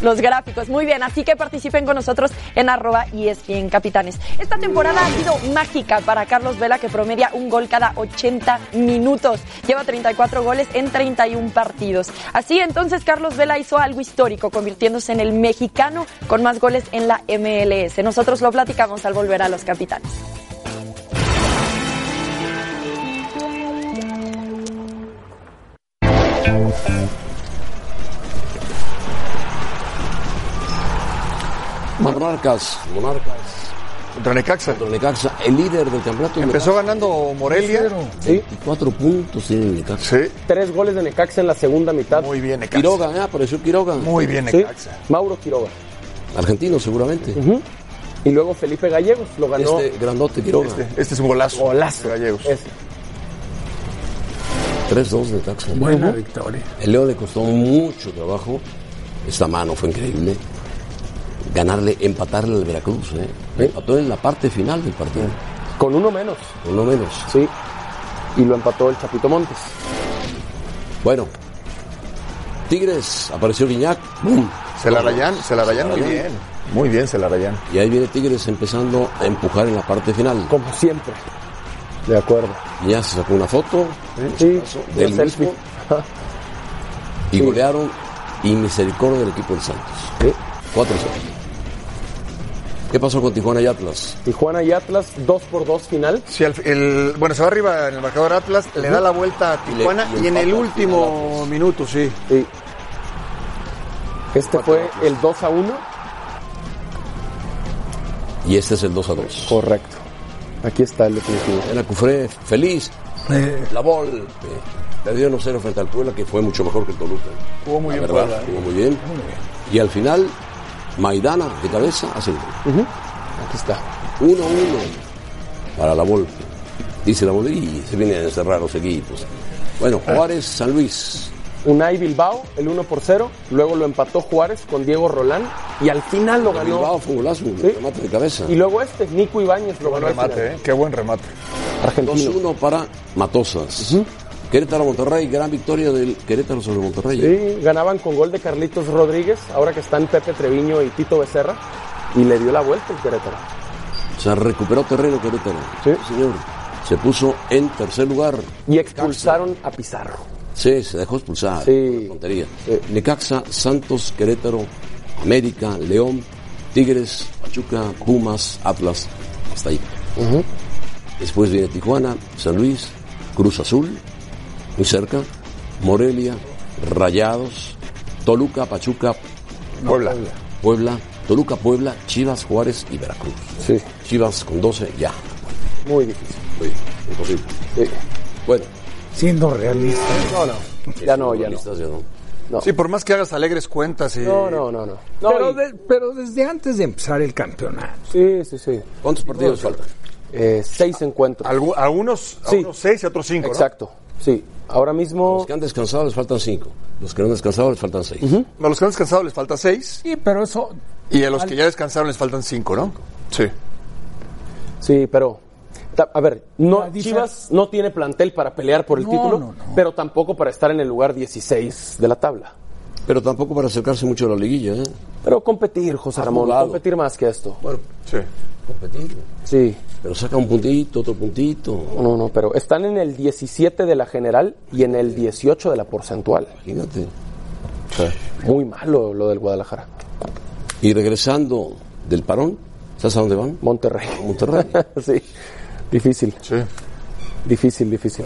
Speaker 7: los gráficos. Muy bien, así que participen con nosotros en arroba ESPN Capitanes. Esta temporada ha sido mágica para Carlos Vela, que promedia un gol cada 80 minutos. Lleva 34 goles en 31 partidos. Así entonces Carlos Vela hizo algo histórico, convirtiéndose en el mexicano con más goles en la MLS. Nosotros lo platicamos al volver a los capitanes.
Speaker 2: Monarcas, Monarcas,
Speaker 4: Contra Necaxa.
Speaker 2: contra Necaxa, el líder del campeonato.
Speaker 4: Empezó ganando Morelia.
Speaker 3: ¿Sí?
Speaker 2: 24 puntos tiene el Necaxa.
Speaker 4: Sí.
Speaker 3: Tres goles de Necaxa en la segunda mitad.
Speaker 4: Muy bien, Necaxa.
Speaker 2: Quiroga, ¿eh? apareció Quiroga.
Speaker 4: Muy bien,
Speaker 3: Sí,
Speaker 4: Necaxa.
Speaker 3: Mauro Quiroga.
Speaker 2: Argentino seguramente.
Speaker 3: Y luego Felipe Gallegos lo ganó.
Speaker 2: Este grandote Quiroga.
Speaker 4: Este, este es un golazo.
Speaker 3: Golazo. Este.
Speaker 4: de Gallegos.
Speaker 3: Ese.
Speaker 2: 3-2 de Necaxa.
Speaker 5: Buena victoria.
Speaker 2: El Leo le costó mucho trabajo. Esta mano fue increíble. Ganarle, empatarle al Veracruz. ¿eh? Empató en la parte final del partido.
Speaker 3: Con uno menos.
Speaker 2: Por lo menos.
Speaker 3: Sí. Y lo empató el Chapito Montes.
Speaker 2: Bueno. Tigres, apareció Guiñac. ¡Bum!
Speaker 4: Celarayán, Celarayán muy
Speaker 2: Celarayán.
Speaker 4: bien. Muy bien, Celarayán.
Speaker 2: Y ahí viene Tigres empezando a empujar en la parte final.
Speaker 3: Como siempre. De acuerdo.
Speaker 2: Ya se sacó una foto
Speaker 3: Sí.
Speaker 2: del
Speaker 3: una
Speaker 2: mismo.
Speaker 3: selfie.
Speaker 2: y golearon y misericordia del equipo del Santos.
Speaker 3: Sí.
Speaker 2: 4-0. ¿Qué pasó con Tijuana y Atlas?
Speaker 3: Tijuana y Atlas, dos por dos final.
Speaker 4: Sí, al- el, bueno, se va arriba en el marcador Atlas, le da la vuelta a
Speaker 2: le-
Speaker 4: Tijuana
Speaker 2: y
Speaker 4: y, en
Speaker 2: empata
Speaker 4: el
Speaker 2: al final
Speaker 4: último
Speaker 2: Atlas.
Speaker 4: minuto, sí.
Speaker 3: Sí. Este fue el 2 a 1.
Speaker 2: Y este es el 2 a 2.
Speaker 3: Correcto. Aquí está el definitivo.
Speaker 2: Era Cufré, feliz.
Speaker 5: Eh,
Speaker 2: La Vol. eh, Perdieron 1-0 frente al Puebla, que fue mucho mejor que el Toluca.
Speaker 4: Jugó muy
Speaker 2: La
Speaker 4: bien
Speaker 2: verdad,
Speaker 4: Puebla, ¿eh?
Speaker 2: jugó muy bien. Y al final, Maidana de cabeza hace el gol.
Speaker 4: Aquí está.
Speaker 2: 1-1 para la Volpe. Dice la Volpe, y se vienen a encerrar los equipos. Bueno,
Speaker 3: Ah.
Speaker 2: Juárez, San Luis.
Speaker 3: Unai Bilbao, el 1 por 0. Luego lo empató Juárez con Diego Rolán. Y al final lo ganó.
Speaker 2: Bilbao fue un golazo, un
Speaker 3: Sí.
Speaker 2: remate de cabeza.
Speaker 3: Y luego este, Nico Ibáñez lo ganó. al final.
Speaker 4: Remate, ¿eh? Qué buen remate.
Speaker 3: Argentino.
Speaker 2: 2-1 para Matosas. Querétaro Monterrey, gran victoria del Querétaro sobre Monterrey. eh.
Speaker 3: Sí, ganaban con gol de Carlitos Rodríguez. Ahora que están Pepe Treviño y Tito Becerra. Y le dio la vuelta el Querétaro.
Speaker 2: Se recuperó terreno Querétaro.
Speaker 3: Sí.
Speaker 2: señor. Se puso en tercer lugar.
Speaker 3: Y expulsaron a Pizarro.
Speaker 2: Sí, se dejó expulsar.
Speaker 3: Sí.
Speaker 2: Una tontería.
Speaker 3: Sí.
Speaker 2: Necaxa, Santos, Querétaro, América, León, Tigres, Pachuca, Pumas, Atlas. Hasta ahí. Después viene Tijuana, San Luis, Cruz Azul, muy cerca, Morelia, Rayados, Toluca, Pachuca,
Speaker 4: Puebla.
Speaker 2: Puebla, Toluca, Puebla, Chivas, Juárez y Veracruz.
Speaker 3: Sí,
Speaker 2: Chivas con 12, ya.
Speaker 3: muy difícil.
Speaker 2: Muy bien, imposible.
Speaker 3: Sí.
Speaker 2: Bueno,
Speaker 5: siendo realista.
Speaker 3: No, no. Ya no, ya no.
Speaker 2: listas ya no.
Speaker 4: Sí, por más que hagas alegres cuentas y.
Speaker 3: No, no, no. no. No,
Speaker 5: Pero,
Speaker 3: y-
Speaker 5: de- pero desde antes de empezar el campeonato.
Speaker 3: Sí, sí, sí.
Speaker 2: ¿Cuántos partidos faltan?
Speaker 3: Eh, seis encuentros.
Speaker 4: Algu- a unos, a
Speaker 3: Sí.
Speaker 4: unos seis y a otros cinco. ¿no?
Speaker 3: Exacto. Sí, ahora mismo.
Speaker 2: Los que han descansado les faltan cinco. Los que no han descansado les faltan seis.
Speaker 4: A los que han descansado les falta seis
Speaker 5: Sí, pero eso.
Speaker 4: y a los que ya descansaron les faltan cinco, ¿no? Sí.
Speaker 3: Sí, pero. ta- A ver, no,
Speaker 5: La difer-
Speaker 3: Chivas no tiene plantel para pelear por el
Speaker 5: No,
Speaker 3: título,
Speaker 5: no, no.
Speaker 3: pero tampoco para estar en el lugar 16 de la tabla.
Speaker 2: Pero tampoco para acercarse mucho a la liguilla, ¿eh?
Speaker 3: Pero competir, José
Speaker 2: Ha
Speaker 3: Ramón,
Speaker 2: jugado.
Speaker 3: competir más que esto.
Speaker 2: Bueno,
Speaker 4: Sí.
Speaker 2: competir.
Speaker 3: Sí,
Speaker 2: Pero saca un puntito, otro puntito.
Speaker 3: no, no, pero están en el 17 de la general y en el 18 de la porcentual.
Speaker 2: Imagínate.
Speaker 3: Muy malo lo del Guadalajara.
Speaker 2: Y regresando del parón, ¿sabes a dónde van?
Speaker 3: Monterrey.
Speaker 2: Monterrey.
Speaker 3: sí, difícil,
Speaker 4: Sí.
Speaker 3: difícil, difícil.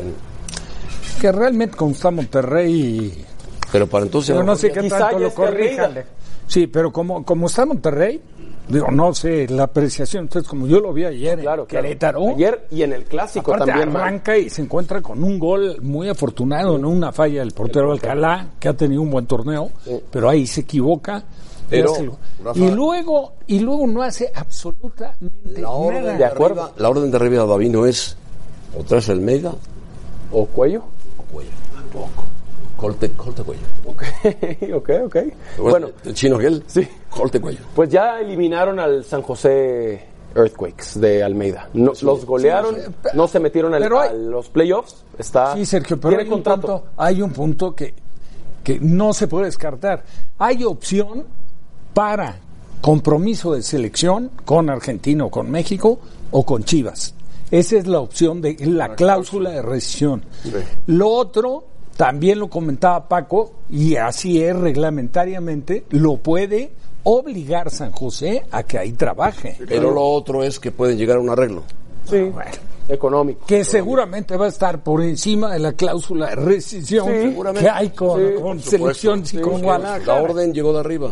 Speaker 5: Que realmente como está Monterrey.
Speaker 2: Pero para entonces.
Speaker 5: Yo no sé qué
Speaker 3: Quizá
Speaker 5: tanto
Speaker 3: ya
Speaker 5: lo
Speaker 3: esté arriba.
Speaker 5: corrijan. Sí, pero como, como está Monterrey, digo, no sé, la apreciación. Entonces, como yo lo vi ayer
Speaker 3: Claro,
Speaker 5: en
Speaker 3: claro.
Speaker 5: Querétaro.
Speaker 3: Ayer y en el clásico
Speaker 5: Aparte ah,
Speaker 3: también. man.
Speaker 5: arranca y se encuentra con un gol muy afortunado, no una falla del portero Alcalá, que ha tenido un buen torneo, pero ahí se equivoca. y
Speaker 2: Pero,
Speaker 5: hace el gol.
Speaker 2: Rafa-
Speaker 5: y luego y luego no hace absolutamente
Speaker 2: La orden
Speaker 5: nada.
Speaker 2: de,
Speaker 3: acuerdo.
Speaker 2: arriba, la orden de arriba de Davino es o traes Almeida
Speaker 3: ¿O cuello?
Speaker 2: o cuello. Tampoco. Corte, corte cuello.
Speaker 3: Ok, ok, ok. Bueno,
Speaker 2: Bueno, el chino aquel.
Speaker 3: Sí.
Speaker 2: Corte cuello.
Speaker 3: pues ya eliminaron al San José Earthquakes de Almeida. No, los golearon, no se metieron al-
Speaker 5: Pero hay-
Speaker 3: a los playoffs. Está,
Speaker 5: Sí, Sergio, pero
Speaker 3: tiene
Speaker 5: hay un,
Speaker 3: contrato.
Speaker 5: punto, hay un punto que, que no se puede descartar. Hay opción para compromiso de selección con Argentina o con México o con Chivas. Esa es la opción de la cláusula de rescisión. Lo otro, también lo comentaba Paco, y así es reglamentariamente, lo puede obligar San José a que ahí trabaje. Ah,
Speaker 2: Pero lo otro es que pueden llegar a un arreglo.
Speaker 3: Sí, económico.
Speaker 5: Que seguramente va a estar por encima de la cláusula de rescisión que hay con,
Speaker 3: Sí.
Speaker 5: con selecciones y con
Speaker 2: La
Speaker 5: Guadalajara.
Speaker 2: orden llegó de arriba.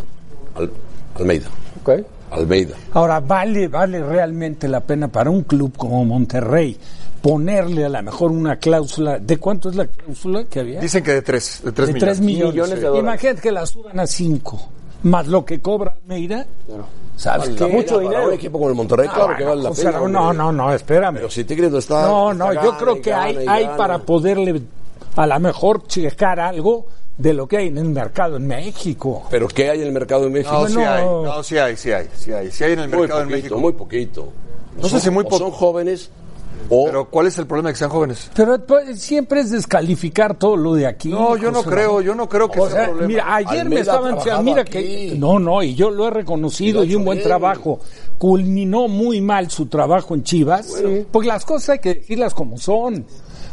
Speaker 2: Al- Almeida.
Speaker 3: Ok.
Speaker 2: Almeida.
Speaker 5: Ahora, vale, vale realmente la pena para un club como Monterrey ponerle a lo mejor una cláusula. ¿De cuánto es la cláusula que había?
Speaker 4: Dicen que de tres, de tres
Speaker 5: de
Speaker 4: millones.
Speaker 5: 3 millones.
Speaker 3: Millones de dólares.
Speaker 5: Imagínate que la suban a 5, más lo que cobra Almeida. ¿Sabes qué?
Speaker 3: Mucho
Speaker 2: Para
Speaker 3: dinero.
Speaker 2: un equipo como el Monterrey,
Speaker 5: Ah,
Speaker 2: claro que vale la
Speaker 5: o sea,
Speaker 2: pena.
Speaker 5: no,
Speaker 2: hombre.
Speaker 5: no, no, espérame.
Speaker 2: Pero si Tigres no está. pues,
Speaker 5: No,
Speaker 2: está
Speaker 5: no, yo
Speaker 2: gana
Speaker 5: creo
Speaker 2: y
Speaker 5: que
Speaker 2: gana
Speaker 5: hay,
Speaker 2: y
Speaker 5: hay
Speaker 2: gana.
Speaker 5: para poderle a lo mejor checar algo de lo que hay en el mercado en México.
Speaker 2: Pero ¿qué hay en el mercado de México?
Speaker 4: No, sí
Speaker 5: Bueno.
Speaker 4: hay. No, sí hay, sí hay. Sí hay, sí hay en el
Speaker 2: muy
Speaker 4: mercado
Speaker 2: poquito,
Speaker 4: en México.
Speaker 2: muy poquito.
Speaker 4: No sé si muy
Speaker 2: O
Speaker 4: poco.
Speaker 2: Son jóvenes o.
Speaker 4: Pero ¿cuál es el problema de que sean jóvenes?
Speaker 5: Pero pues, siempre es descalificar todo lo de aquí.
Speaker 4: No, yo no
Speaker 5: José
Speaker 4: creo,
Speaker 5: Ramón.
Speaker 4: yo no creo que
Speaker 5: O
Speaker 4: sea
Speaker 5: sea,
Speaker 4: un problema.
Speaker 5: mira, ayer
Speaker 2: Almeida
Speaker 5: me estaban
Speaker 2: trabajaba
Speaker 5: diciendo, mira
Speaker 2: aquí.
Speaker 5: que no, no, y yo lo he reconocido
Speaker 2: Y lo
Speaker 5: y
Speaker 2: ha
Speaker 5: un
Speaker 2: hecho
Speaker 5: buen
Speaker 2: bien.
Speaker 5: trabajo. Culminó muy mal su trabajo en Chivas, porque las cosas hay que decirlas como son.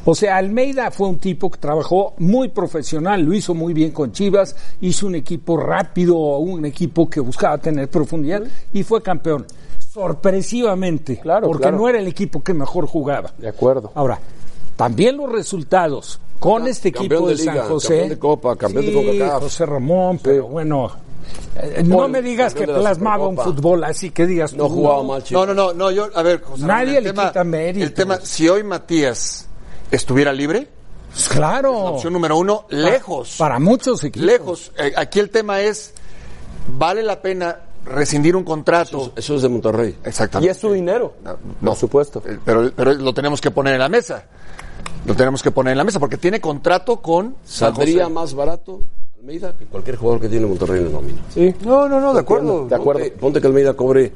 Speaker 5: O sea, Almeida fue un tipo que trabajó muy profesional, lo hizo muy bien con Chivas, hizo un equipo rápido, un equipo que buscaba tener profundidad y fue campeón. Sorpresivamente,
Speaker 3: Claro,
Speaker 5: porque
Speaker 3: claro.
Speaker 5: no era el equipo que mejor jugaba.
Speaker 3: De acuerdo.
Speaker 5: Ahora, también los resultados con este equipo
Speaker 2: campeón de
Speaker 5: de,
Speaker 2: liga,
Speaker 5: San José.
Speaker 2: campeón de Copa, campeón de
Speaker 5: Sí,
Speaker 2: CONCACAF.
Speaker 5: José Ramón, pero bueno, Eh, No
Speaker 2: Gol,
Speaker 5: me digas que
Speaker 2: campeón de la
Speaker 5: plasmaba un
Speaker 2: Supercopa.
Speaker 5: fútbol así que digas.
Speaker 2: No
Speaker 5: tú,
Speaker 2: jugaba mal, chico.
Speaker 4: No, no, no, no, yo, a ver, José Ramón,
Speaker 5: Nadie
Speaker 4: el
Speaker 5: le quita méritos.
Speaker 4: El tema, si hoy Matías estuviera libre,
Speaker 5: Pues claro. Ah,
Speaker 4: opción número uno, lejos.
Speaker 5: Para muchos equipos.
Speaker 4: lejos. Eh, aquí el tema es, ¿vale la pena rescindir un contrato?
Speaker 2: Eso es de Monterrey.
Speaker 4: Exactamente.
Speaker 3: Y es su dinero.
Speaker 4: No,
Speaker 3: Por supuesto.
Speaker 4: Eh, Pero, pero lo tenemos que poner en la mesa. Lo tenemos que poner en la mesa porque tiene contrato con San
Speaker 2: Saldría
Speaker 4: José.
Speaker 2: más barato Almeida que cualquier jugador que tiene Monterrey en el nómina.
Speaker 3: Sí.
Speaker 4: No, no, no, de acuerdo.
Speaker 3: De acuerdo.
Speaker 2: Ponte, ponte que Almeida cobre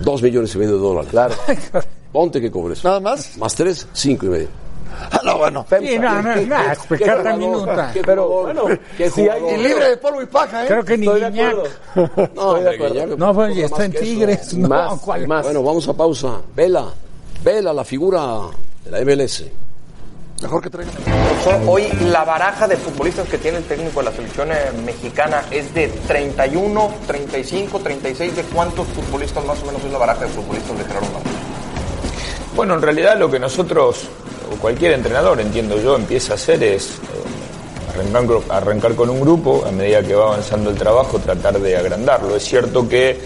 Speaker 2: 2 millones y medio de dólares.
Speaker 3: Claro.
Speaker 2: Ponte que cobre eso.
Speaker 4: Nada más.
Speaker 2: Más 3, 5 y medio.
Speaker 4: Ah, no, bueno.
Speaker 5: Sí, no, no, no, hasta cada minuta.
Speaker 3: Pero, bueno, si hay-
Speaker 4: Y libre de polvo y paja, ¿eh?
Speaker 5: Creo que ni
Speaker 3: Estoy de
Speaker 5: Guiñac.
Speaker 3: acuerdo.
Speaker 2: No, hombre, Guiñac,
Speaker 5: No, pues
Speaker 2: cosa
Speaker 5: está
Speaker 2: más
Speaker 5: en
Speaker 2: que eso.
Speaker 5: Tigres. No,
Speaker 3: Más,
Speaker 5: ¿cuál?
Speaker 3: más.
Speaker 2: Bueno, vamos a pausa. Vela, vela la figura de la MLS.
Speaker 4: Mejor que traigan.
Speaker 8: Son- Hoy la baraja de futbolistas que tiene el técnico de la selección eh, mexicana es de 31, 35, 36. ¿De cuántos futbolistas más o menos es la baraja de futbolistas de Gerardo Martino?
Speaker 9: Bueno, en realidad lo que nosotros, o cualquier entrenador, entiendo yo, empieza a hacer es eh, arrancar, gru- arrancar con un grupo, a medida que va avanzando el trabajo, tratar de agrandarlo. Es cierto que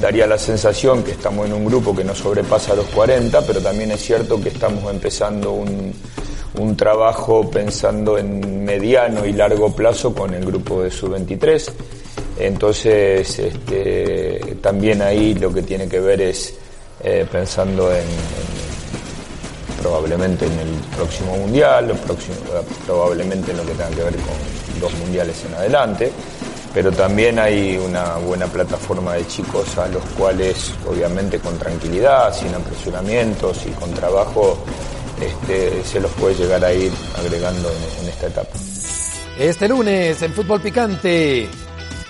Speaker 9: daría la sensación que estamos en un grupo que no sobrepasa los 40, pero también es cierto que estamos empezando un, un trabajo pensando en mediano y largo plazo con el grupo de sub-23. Entonces, este, también ahí lo que tiene que ver es eh, pensando en, en- probablemente en el próximo mundial, o próximo- eh, probablemente en lo que tenga que ver con dos mundiales en adelante, pero también hay una buena plataforma de chicos a los cuales obviamente con tranquilidad, sin apresuramientos y con trabajo este, se los puede llegar a ir agregando en- en esta etapa.
Speaker 10: Este lunes en Fútbol Picante,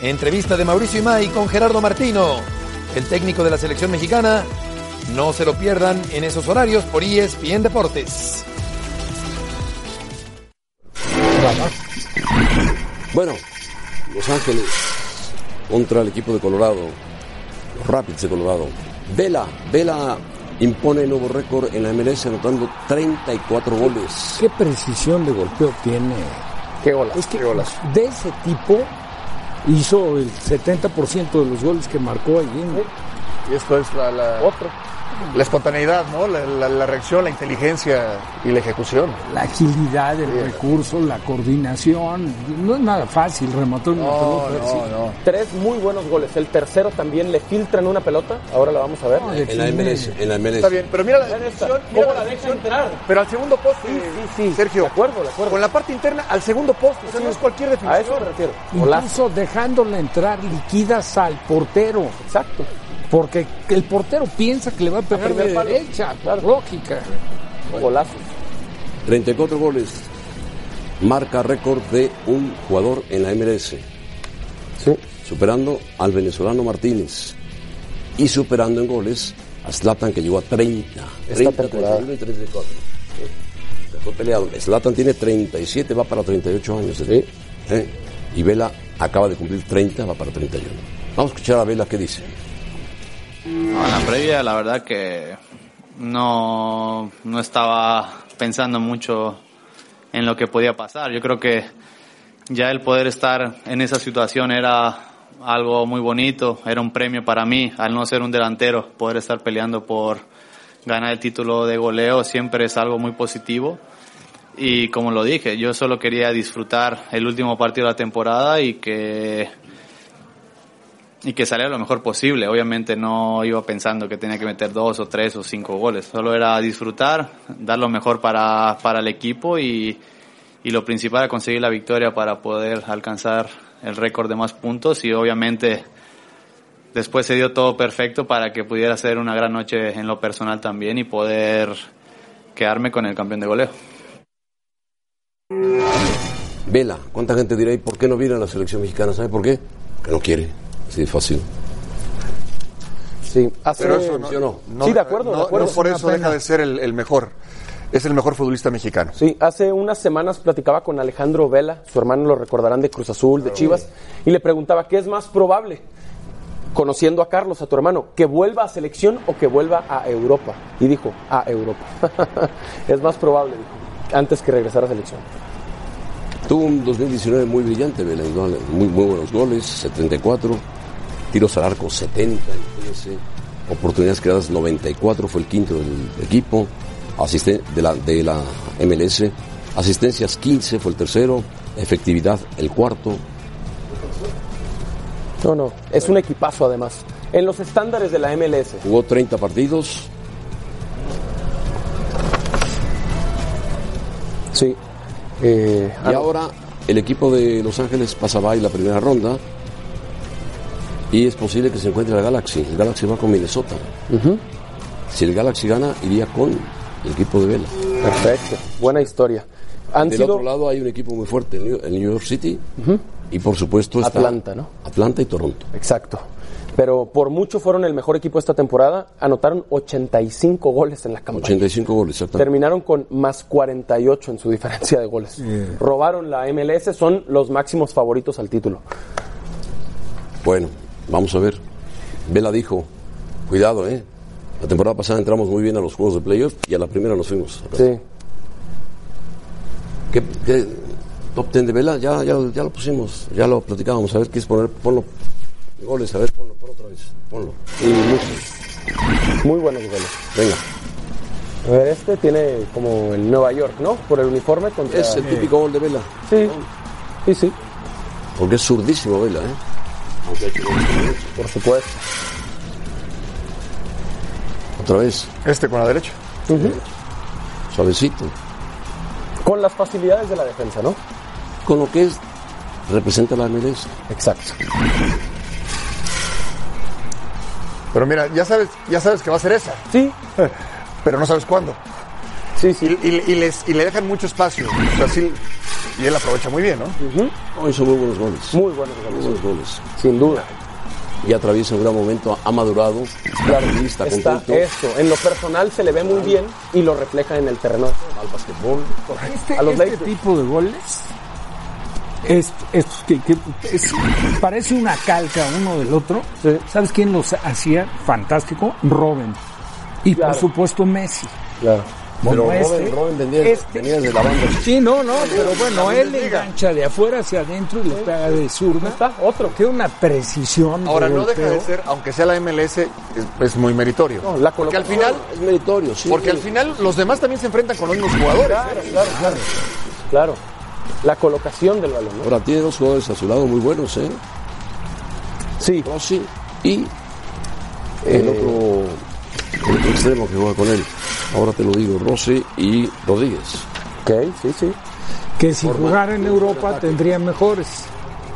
Speaker 10: entrevista de Mauricio Imay con Gerardo Martino, el técnico de la selección mexicana. No se lo pierdan en esos horarios por E ESPN Deportes.
Speaker 2: Bueno, Los Ángeles contra el equipo de Colorado, los Rapids de Colorado. Vela, Vela impone nuevo récord en la MLS anotando 34 goles.
Speaker 5: ¿Qué precisión de golpeo tiene?
Speaker 3: Qué gola.
Speaker 5: Es que
Speaker 3: qué golas.
Speaker 5: de ese tipo hizo el 70% de los goles que marcó allí. ¿no?
Speaker 4: Y esto es la, la,
Speaker 3: Otro.
Speaker 4: la espontaneidad, ¿no? La, la- la reacción, la inteligencia y la ejecución.
Speaker 5: La agilidad, el recurso, la coordinación. No es nada fácil rematar una
Speaker 4: No,
Speaker 5: pelota
Speaker 4: no,
Speaker 5: así.
Speaker 4: no.
Speaker 3: Tres muy buenos goles. El tercero también le filtran una pelota. Ahora la vamos a ver.
Speaker 5: Ay,
Speaker 2: En la MLS, en la MLS.
Speaker 4: Está bien, pero mira la definición, mira la
Speaker 3: deja entrar?
Speaker 4: Pero al segundo poste,
Speaker 3: Sí, sí, sí.
Speaker 4: Sergio.
Speaker 3: De acuerdo, de acuerdo.
Speaker 4: Con la parte interna, al segundo poste. O sea, no es cualquier
Speaker 3: A
Speaker 4: definición.
Speaker 3: eso me refiero. Golazo.
Speaker 5: Incluso dejándola entrar liquidas al portero.
Speaker 3: Exacto.
Speaker 5: Porque el portero piensa que le va a pegar de
Speaker 3: primer palo.
Speaker 5: derecha, por lógica.
Speaker 3: Golazos.
Speaker 2: 34 goles. Marca récord de un jugador en la MLS. Superando al venezolano Martínez. Y superando en goles a Zlatan que llegó a 30.
Speaker 3: Esta
Speaker 2: 30,
Speaker 3: temporada.
Speaker 2: 31 y 34. Sí. Está peleado. Zlatan tiene 37, va para 38 años. ¿Eh? Y Vela acaba de cumplir 30, va para 31. Vamos a escuchar a Vela qué dice.
Speaker 11: No, en la previa la verdad que no, no estaba pensando mucho en lo que podía pasar. Yo creo que ya el poder estar en esa situación era algo muy bonito, era un premio para mí, al no ser un delantero, poder estar peleando por ganar el título de goleo siempre es algo muy positivo. Y como lo dije, yo solo quería disfrutar el último partido de la temporada y que y que saliera lo mejor posible. Obviamente no iba pensando que tenía que meter dos o tres o cinco goles. Solo era disfrutar, dar lo mejor para, para el equipo y, y lo principal era conseguir la victoria para poder alcanzar el récord de más puntos y obviamente después se dio todo perfecto para que pudiera ser una gran noche en lo personal también y poder quedarme con el campeón de goleo.
Speaker 2: Vela, ¿cuánta gente dirá y por qué no viene a la selección mexicana? ¿Sabe por qué? Que no quiere. Así de fácil.
Speaker 3: Ah, Sí. Hace-
Speaker 4: Pero eso no,
Speaker 2: ¿sí o no?
Speaker 3: Sí, de acuerdo,
Speaker 4: no-
Speaker 3: de acuerdo.
Speaker 4: no por
Speaker 5: Es una
Speaker 4: eso deja
Speaker 5: pena.
Speaker 4: de ser el, el mejor. Es el mejor futbolista mexicano.
Speaker 3: Sí, hace unas semanas platicaba con Alejandro Vela, su hermano lo recordarán de Cruz Azul,
Speaker 4: Ah,
Speaker 3: de Chivas, y le preguntaba qué es más probable, conociendo a Carlos, a tu hermano, que vuelva a selección o que vuelva a Europa. Y dijo, a Europa. es más probable, dijo, antes que regresar a selección.
Speaker 2: Tuvo un 2019 muy brillante, Vela, indudable- muy, muy buenos goles, 74, tiros al arco 70, imagínense, oportunidades creadas 94, fue el quinto del equipo, asisten- de, la, de la MLS, asistencias 15 fue el tercero, efectividad el cuarto,
Speaker 3: No, no. Es un equipazo además. En los estándares de la MLS.
Speaker 2: jugó 30 partidos.
Speaker 3: Sí. eh, Ah,
Speaker 2: y ahora el equipo de Los Ángeles pasa by la primera ronda y es posible que se encuentre la Galaxy. El Galaxy va con Minnesota. Si el Galaxy gana, iría con el equipo de Vela.
Speaker 3: Perfecto. Buena historia. Han
Speaker 2: Del
Speaker 3: sido-
Speaker 2: otro lado hay un equipo muy fuerte, el New- el New York City. Y por supuesto está
Speaker 3: Atlanta, ¿no?
Speaker 2: Atlanta y Toronto.
Speaker 3: Exacto. Pero por mucho fueron el mejor equipo esta temporada. Anotaron 85 goles en la campaña.
Speaker 2: 85 goles, exactamente.
Speaker 3: Terminaron con más 48 en su diferencia de goles. Robaron la MLS, son los máximos favoritos al título.
Speaker 2: Bueno, vamos a ver. Vela dijo, cuidado, ¿eh? La temporada pasada entramos muy bien a los juegos de playoff y a la primera nos fuimos.
Speaker 3: Sí.
Speaker 2: ¿Qué, qué top ten de Vela? Ya, ya, ya lo pusimos, ya lo platicábamos. A ver, ¿quieres poner? Ponlo. Goles, a ver, ponlo, ponlo otra vez. Ponlo. Y muchos.
Speaker 3: Muy buenos goles.
Speaker 2: Venga.
Speaker 3: A ver, este tiene como el Nueva York, ¿no? Por el uniforme contra...
Speaker 2: Es el típico gol de Vela.
Speaker 3: Sí. Sí, sí.
Speaker 2: Porque es zurdísimo Vela, ¿eh?
Speaker 3: Por supuesto.
Speaker 2: Otra vez.
Speaker 4: Este con la derecha.
Speaker 2: Suavecito.
Speaker 3: Con las facilidades de la defensa, ¿no?
Speaker 2: Con lo que es, representa la MLS.
Speaker 3: Exacto.
Speaker 4: Pero mira, ya sabes, ya sabes que va a ser esa.
Speaker 3: Sí.
Speaker 4: Pero no sabes cuándo.
Speaker 3: Sí, sí.
Speaker 4: Y, y- y les, y le dejan mucho espacio. O sea, sí, y él aprovecha muy bien, ¿no?
Speaker 2: Hoy son muy buenos goles.
Speaker 3: Muy buenos
Speaker 2: Muy
Speaker 3: goles.
Speaker 2: buenos goles.
Speaker 3: Sin duda.
Speaker 2: Y atraviesa un gran momento, ha madurado, está lista,
Speaker 3: Está
Speaker 2: contento.
Speaker 3: eso. En lo personal se le ve muy bien y lo refleja en el terreno.
Speaker 2: Al basquetbol.
Speaker 5: Este,
Speaker 3: A los
Speaker 5: este
Speaker 3: Lakers.
Speaker 5: tipo de goles es, es- que- que- es- parece una calca uno del otro.
Speaker 3: Sí.
Speaker 5: ¿Sabes quién los hacía fantástico? Robin. Y
Speaker 3: Claro.
Speaker 5: por supuesto Messi.
Speaker 3: Claro.
Speaker 2: Pero
Speaker 5: Bueno,
Speaker 2: Robin,
Speaker 5: este-
Speaker 2: Robin venía,
Speaker 5: este-
Speaker 2: venía desde la banda.
Speaker 5: Sí, no, no, pero bueno, él le engancha de afuera hacia adentro y le pega de zurda.
Speaker 3: Está otro.
Speaker 5: Tiene una precisión.
Speaker 4: Ahora, no
Speaker 5: golpeo.
Speaker 4: deja de ser, aunque sea la MLS, es, es muy meritorio.
Speaker 3: No, la
Speaker 4: porque
Speaker 3: colocó-
Speaker 4: al final,
Speaker 2: Es meritorio, sí.
Speaker 4: porque al final los demás también se enfrentan con los mismos jugadores. ¿eh?
Speaker 3: Claro. La colocación del balón, ¿no?
Speaker 2: Ahora tiene dos jugadores a su lado muy buenos, ¿eh?
Speaker 3: Sí.
Speaker 2: Rossi y
Speaker 3: Eh.
Speaker 2: el otro el otro extremo que juega con él. Ahora te lo digo, Rossi y Rodríguez.
Speaker 3: Ok, sí, sí.
Speaker 5: Que si jugara en Europa tendría mejores.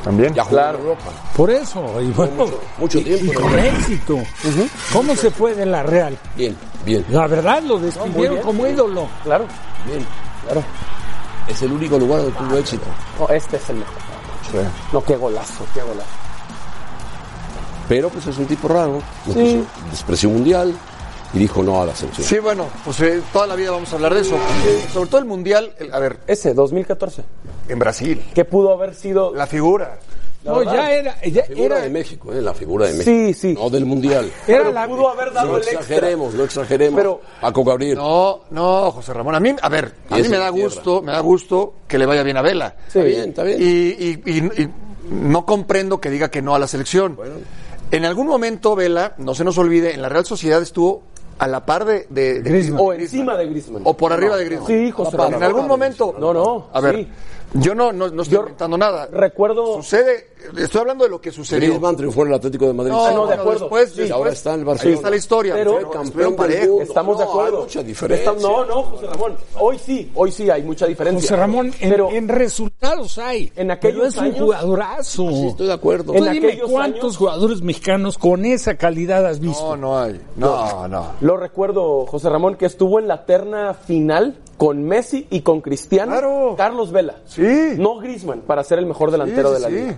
Speaker 4: También.
Speaker 2: Ya jugaron en Europa.
Speaker 5: Por eso, y bueno,
Speaker 2: mucho
Speaker 5: y-
Speaker 2: tiempo,
Speaker 5: y con
Speaker 2: ¿no?
Speaker 5: éxito. ¿Cómo se fue de la Real?
Speaker 2: Bien, bien,
Speaker 5: La verdad, lo despidieron
Speaker 3: bien,
Speaker 5: como ídolo.
Speaker 3: Claro.
Speaker 2: bien. Es el único lugar donde tuvo éxito.
Speaker 3: No, este es el mejor. No, qué golazo, qué golazo.
Speaker 2: Pero pues es un tipo raro. no quiso- Despreció mundial y dijo no a la selección.
Speaker 4: Sí, bueno, pues eh, toda la vida vamos a hablar de eso. Eh, Sobre todo el Mundial, el- a ver,
Speaker 3: Ese, 2014.
Speaker 4: en Brasil,
Speaker 3: Que pudo haber sido...
Speaker 4: la figura.
Speaker 3: la
Speaker 5: No,
Speaker 3: verdad,
Speaker 5: ya era, ya
Speaker 2: Figura
Speaker 5: era,
Speaker 2: de México, ¿eh? La figura de México.
Speaker 3: Sí, sí.
Speaker 2: No del mundial.
Speaker 5: era
Speaker 3: Pero
Speaker 5: la,
Speaker 3: pudo haber dado
Speaker 2: No
Speaker 3: el extra.
Speaker 2: exageremos, no exageremos.
Speaker 3: Pero-
Speaker 2: Paco Gabriel.
Speaker 4: No, no, José Ramón, a mí, a ver, a
Speaker 2: Y
Speaker 4: mí
Speaker 2: ese
Speaker 4: me da
Speaker 2: quiebra.
Speaker 4: gusto, me da gusto que le vaya bien a Vela.
Speaker 2: Está bien, está bien.
Speaker 4: Y, y- y- y no comprendo que diga que no a la selección. En algún momento, Vela, no se nos olvide, en la Real Sociedad estuvo a la par de, de- de-
Speaker 5: Griezmann.
Speaker 3: O encima de Griezmann.
Speaker 4: o por arriba de Griezmann.
Speaker 3: Sí, José Ramón.
Speaker 4: En algún momento.
Speaker 3: No, no,
Speaker 4: A ver,
Speaker 3: sí.
Speaker 4: yo no, no, no estoy
Speaker 3: Yo
Speaker 4: inventando nada.
Speaker 3: recuerdo-
Speaker 4: Sucede, estoy hablando de lo que sucedió.
Speaker 2: Griezmann triunfó en el Atlético de Madrid.
Speaker 4: No,
Speaker 3: Ah, no, de
Speaker 4: bueno,
Speaker 3: acuerdo.
Speaker 4: Después,
Speaker 3: Sí.
Speaker 4: después-
Speaker 2: Ahora está en el
Speaker 4: Ahí
Speaker 2: Barcelona.
Speaker 4: está la historia.
Speaker 3: Pero-
Speaker 4: Pero
Speaker 2: campeón
Speaker 4: estuvieron
Speaker 2: del
Speaker 4: parejos.
Speaker 2: mundo.
Speaker 3: Estamos de
Speaker 2: No,
Speaker 3: acuerdo.
Speaker 2: hay mucha diferencia.
Speaker 3: Está- no, no, José Ramón. Hoy sí, hoy sí hay mucha diferencia.
Speaker 5: José Ramón, en,
Speaker 3: pero
Speaker 5: en resultados hay.
Speaker 3: En aquellos
Speaker 5: pero es un
Speaker 3: años-
Speaker 5: jugadorazo.
Speaker 2: Sí, estoy de acuerdo.
Speaker 5: Tú
Speaker 3: En
Speaker 5: dime
Speaker 3: aquellos
Speaker 5: cuántos
Speaker 3: años-
Speaker 5: jugadores mexicanos con esa calidad has visto.
Speaker 4: No, no hay. No, no.
Speaker 3: lo recuerdo, José Ramón, que estuvo en la terna final con Messi y con Cristiano.
Speaker 4: Claro.
Speaker 3: Carlos Vela.
Speaker 4: Sí.
Speaker 3: No Griezmann, para ser el mejor delantero
Speaker 4: Sí,
Speaker 3: de la
Speaker 4: sí,
Speaker 3: liga.
Speaker 4: sí.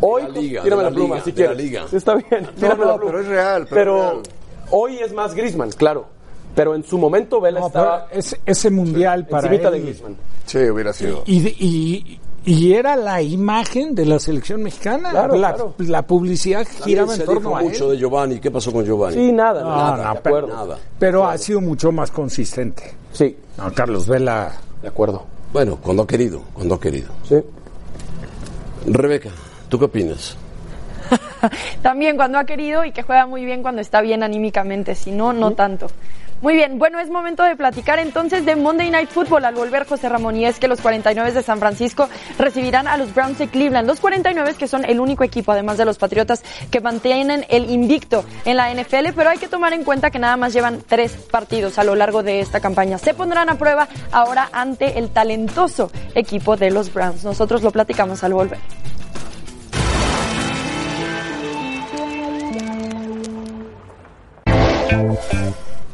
Speaker 3: Hoy,
Speaker 2: De la liga,
Speaker 3: tírame
Speaker 2: de
Speaker 3: la,
Speaker 2: la
Speaker 3: pluma,
Speaker 2: liga,
Speaker 3: si
Speaker 2: de la
Speaker 3: quieres.
Speaker 2: liga.
Speaker 3: Sí, está bien, tírame
Speaker 4: no,
Speaker 3: la pluma.
Speaker 4: pero es real, pero
Speaker 3: Pero
Speaker 4: es real.
Speaker 3: hoy es más Griezmann, claro. Pero en su momento Vela
Speaker 5: No,
Speaker 3: estaba
Speaker 5: pero ese, ese mundial para
Speaker 3: encimita de
Speaker 5: él-
Speaker 3: Griezmann.
Speaker 4: Sí, hubiera sido.
Speaker 5: y, de- y, y era la imagen de la selección mexicana.
Speaker 3: Claro,
Speaker 5: la,
Speaker 3: claro.
Speaker 5: la publicidad
Speaker 2: También
Speaker 5: giraba
Speaker 2: se
Speaker 5: en
Speaker 2: dijo
Speaker 5: torno a
Speaker 2: mucho
Speaker 5: él.
Speaker 2: de Giovanni. ¿Qué pasó con Giovanni?
Speaker 3: Sí, nada,
Speaker 5: No,
Speaker 3: nada,
Speaker 5: no,
Speaker 3: de acuerdo.
Speaker 2: nada.
Speaker 5: Pero ha sido mucho más consistente.
Speaker 3: Sí,
Speaker 5: No, Carlos Vela
Speaker 3: de acuerdo.
Speaker 2: Bueno, cuando ha querido, cuando ha querido.
Speaker 3: Sí.
Speaker 2: Rebeca, ¿tú qué opinas?
Speaker 7: También cuando ha querido y que juega muy bien cuando está bien anímicamente, si no, no tanto. Muy bien, bueno, es momento de platicar entonces de Monday Night Football al volver José Ramón y es que los 49 de San Francisco recibirán a los Browns de Cleveland, los 49 que son el único equipo además de los Patriotas que mantienen el invicto en la NFL, pero hay que tomar en cuenta que nada más llevan tres partidos a lo largo de esta campaña. Se pondrán a prueba ahora ante el talentoso equipo de los Browns. Nosotros lo platicamos al volver.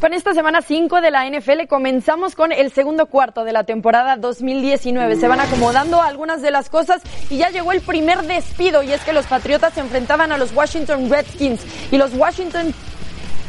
Speaker 7: Con esta semana 5 de la NFL comenzamos con el segundo cuarto de la temporada 2019. Se van acomodando algunas de las cosas y ya llegó el primer despido y es que los Patriotas se enfrentaban a los Washington Redskins y los Washington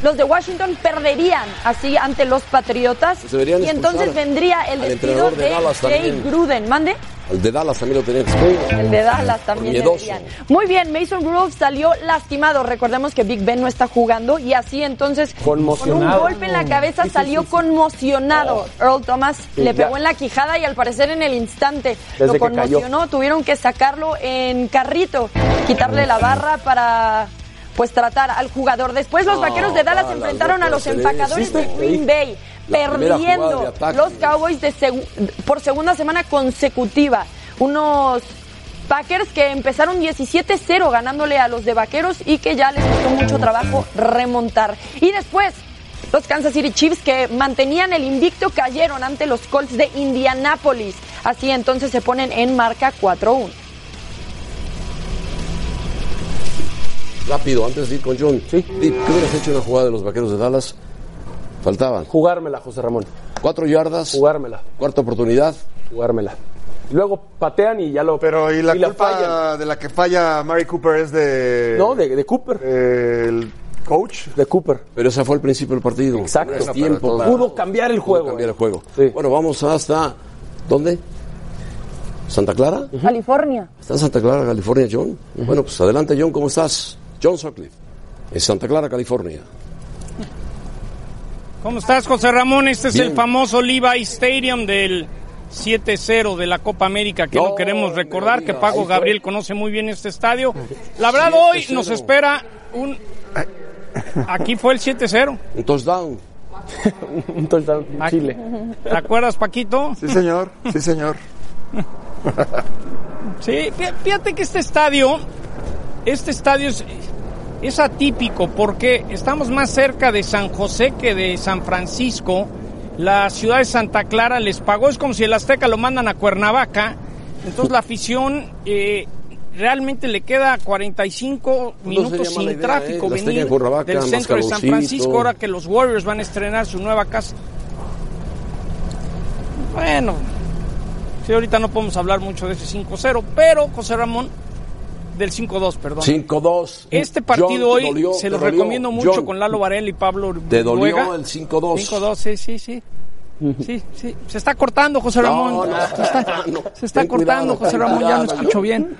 Speaker 7: los de Washington perderían así ante los Patriotas
Speaker 2: Pues deberían
Speaker 7: y entonces
Speaker 2: expulsar
Speaker 7: vendría el
Speaker 2: al
Speaker 7: despido
Speaker 2: entrenador de
Speaker 7: de,
Speaker 2: Dallas
Speaker 7: Jay
Speaker 2: también.
Speaker 7: Gruden. Mande.
Speaker 2: El de Dallas también lo tenía que
Speaker 7: El de Dallas también
Speaker 2: Miedoso.
Speaker 7: deberían. Muy bien, Mason Rudolph salió lastimado. Recordemos que Big Ben no está jugando y así entonces con un
Speaker 3: Conmocionado.
Speaker 7: golpe en la cabeza salió conmocionado. Earl Thomas
Speaker 3: Oh. Sí,
Speaker 7: le
Speaker 3: ya.
Speaker 7: pegó en la quijada y al parecer en el instante
Speaker 3: Desde
Speaker 7: lo
Speaker 3: que
Speaker 7: conmocionó. Tuvieron que sacarlo en carrito, quitarle la barra para pues tratar al jugador. Después los
Speaker 2: No,
Speaker 7: vaqueros de Dallas
Speaker 2: Dallas,
Speaker 7: enfrentaron
Speaker 2: no
Speaker 7: a los
Speaker 3: ¿eh?
Speaker 2: puede ser
Speaker 7: empacadores
Speaker 2: eso.
Speaker 7: de Green Bay,
Speaker 2: La primera jugada
Speaker 7: perdiendo
Speaker 2: de ataque.
Speaker 7: los Cowboys de segu- por segunda semana consecutiva. Unos Packers que empezaron 17-0 ganándole a los de Vaqueros y que ya les costó mucho trabajo remontar. Y después, los Kansas City Chiefs que mantenían el invicto cayeron ante los Colts de Indianápolis. Así entonces se ponen en marca 4-1.
Speaker 2: Rápido, antes de ir con John. Sí. ¿Qué hubieras hecho en la jugada de los vaqueros de Dallas? Faltaban.
Speaker 3: Jugármela, José Ramón.
Speaker 2: Cuatro yardas.
Speaker 3: Jugármela.
Speaker 2: Cuarta oportunidad.
Speaker 3: Jugármela. Luego patean y ya lo.
Speaker 4: Pero y la culpa
Speaker 3: fallan.
Speaker 4: de la que falla Mary Cooper es de
Speaker 3: No, de, de Cooper.
Speaker 4: el coach.
Speaker 3: De Cooper.
Speaker 2: Pero esa fue el principio del partido.
Speaker 3: Exacto.
Speaker 2: No es tiempo para-
Speaker 3: Pudo cambiar el juego.
Speaker 2: cambiar el
Speaker 3: eh.
Speaker 2: juego.
Speaker 3: Sí.
Speaker 2: Bueno, vamos hasta. ¿Dónde? ¿Santa Clara?
Speaker 7: California.
Speaker 2: ¿Está en Santa Clara, California, John? Bueno, pues adelante, John, ¿cómo estás? John Sutcliffe, en Santa Clara, California.
Speaker 12: ¿Cómo estás, José Ramón? Este es
Speaker 2: Bien.
Speaker 12: el famoso Levi Stadium del 7-0 de la Copa América, que lo queremos recordar, que Pago Gabriel conoce muy bien este estadio. La verdad, hoy
Speaker 2: 7-0.
Speaker 12: nos espera un... Aquí fue el 7-0.
Speaker 2: Un touchdown.
Speaker 3: Un touchdown en
Speaker 12: Ay.
Speaker 3: Chile.
Speaker 12: ¿Te acuerdas, Paquito?
Speaker 4: Sí, señor. Sí, señor.
Speaker 12: Sí, fí- fíjate que este estadio, este estadio es, es atípico porque estamos más cerca de San José que de San Francisco. La ciudad de Santa Clara les pagó, es como si el Azteca lo mandan a Cuernavaca. Entonces la afición eh, realmente le queda 45
Speaker 2: sería
Speaker 12: minutos sin
Speaker 2: mala idea,
Speaker 12: tráfico
Speaker 2: ¿eh? La Azteca
Speaker 12: venir
Speaker 2: en Cuernavaca,
Speaker 12: del
Speaker 2: más
Speaker 12: centro de San
Speaker 2: calorcito.
Speaker 12: Francisco ahora que los Warriors van a estrenar su nueva casa. Bueno, sí, ahorita no podemos hablar mucho de ese 5-0, pero José Ramón, del 5-2, perdón.
Speaker 2: 5-2.
Speaker 12: Este
Speaker 2: John,
Speaker 12: partido
Speaker 2: te
Speaker 12: hoy
Speaker 2: dolió,
Speaker 12: se
Speaker 2: te
Speaker 12: lo
Speaker 2: dolió.
Speaker 12: recomiendo mucho
Speaker 2: John,
Speaker 12: con Lalo Varela y Pablo
Speaker 2: Te dolió
Speaker 12: Luega.
Speaker 2: el 5-2.
Speaker 12: 5-2, sí, sí, sí. Sí, sí. Se está cortando, José Ramón.
Speaker 2: No, no,
Speaker 12: se está,
Speaker 2: no.
Speaker 12: se está
Speaker 2: Ten
Speaker 12: cortando,
Speaker 2: cuidado,
Speaker 12: José
Speaker 2: ten
Speaker 12: Ramón. Ya no
Speaker 2: cuidado,
Speaker 12: escucho
Speaker 2: John.
Speaker 12: bien.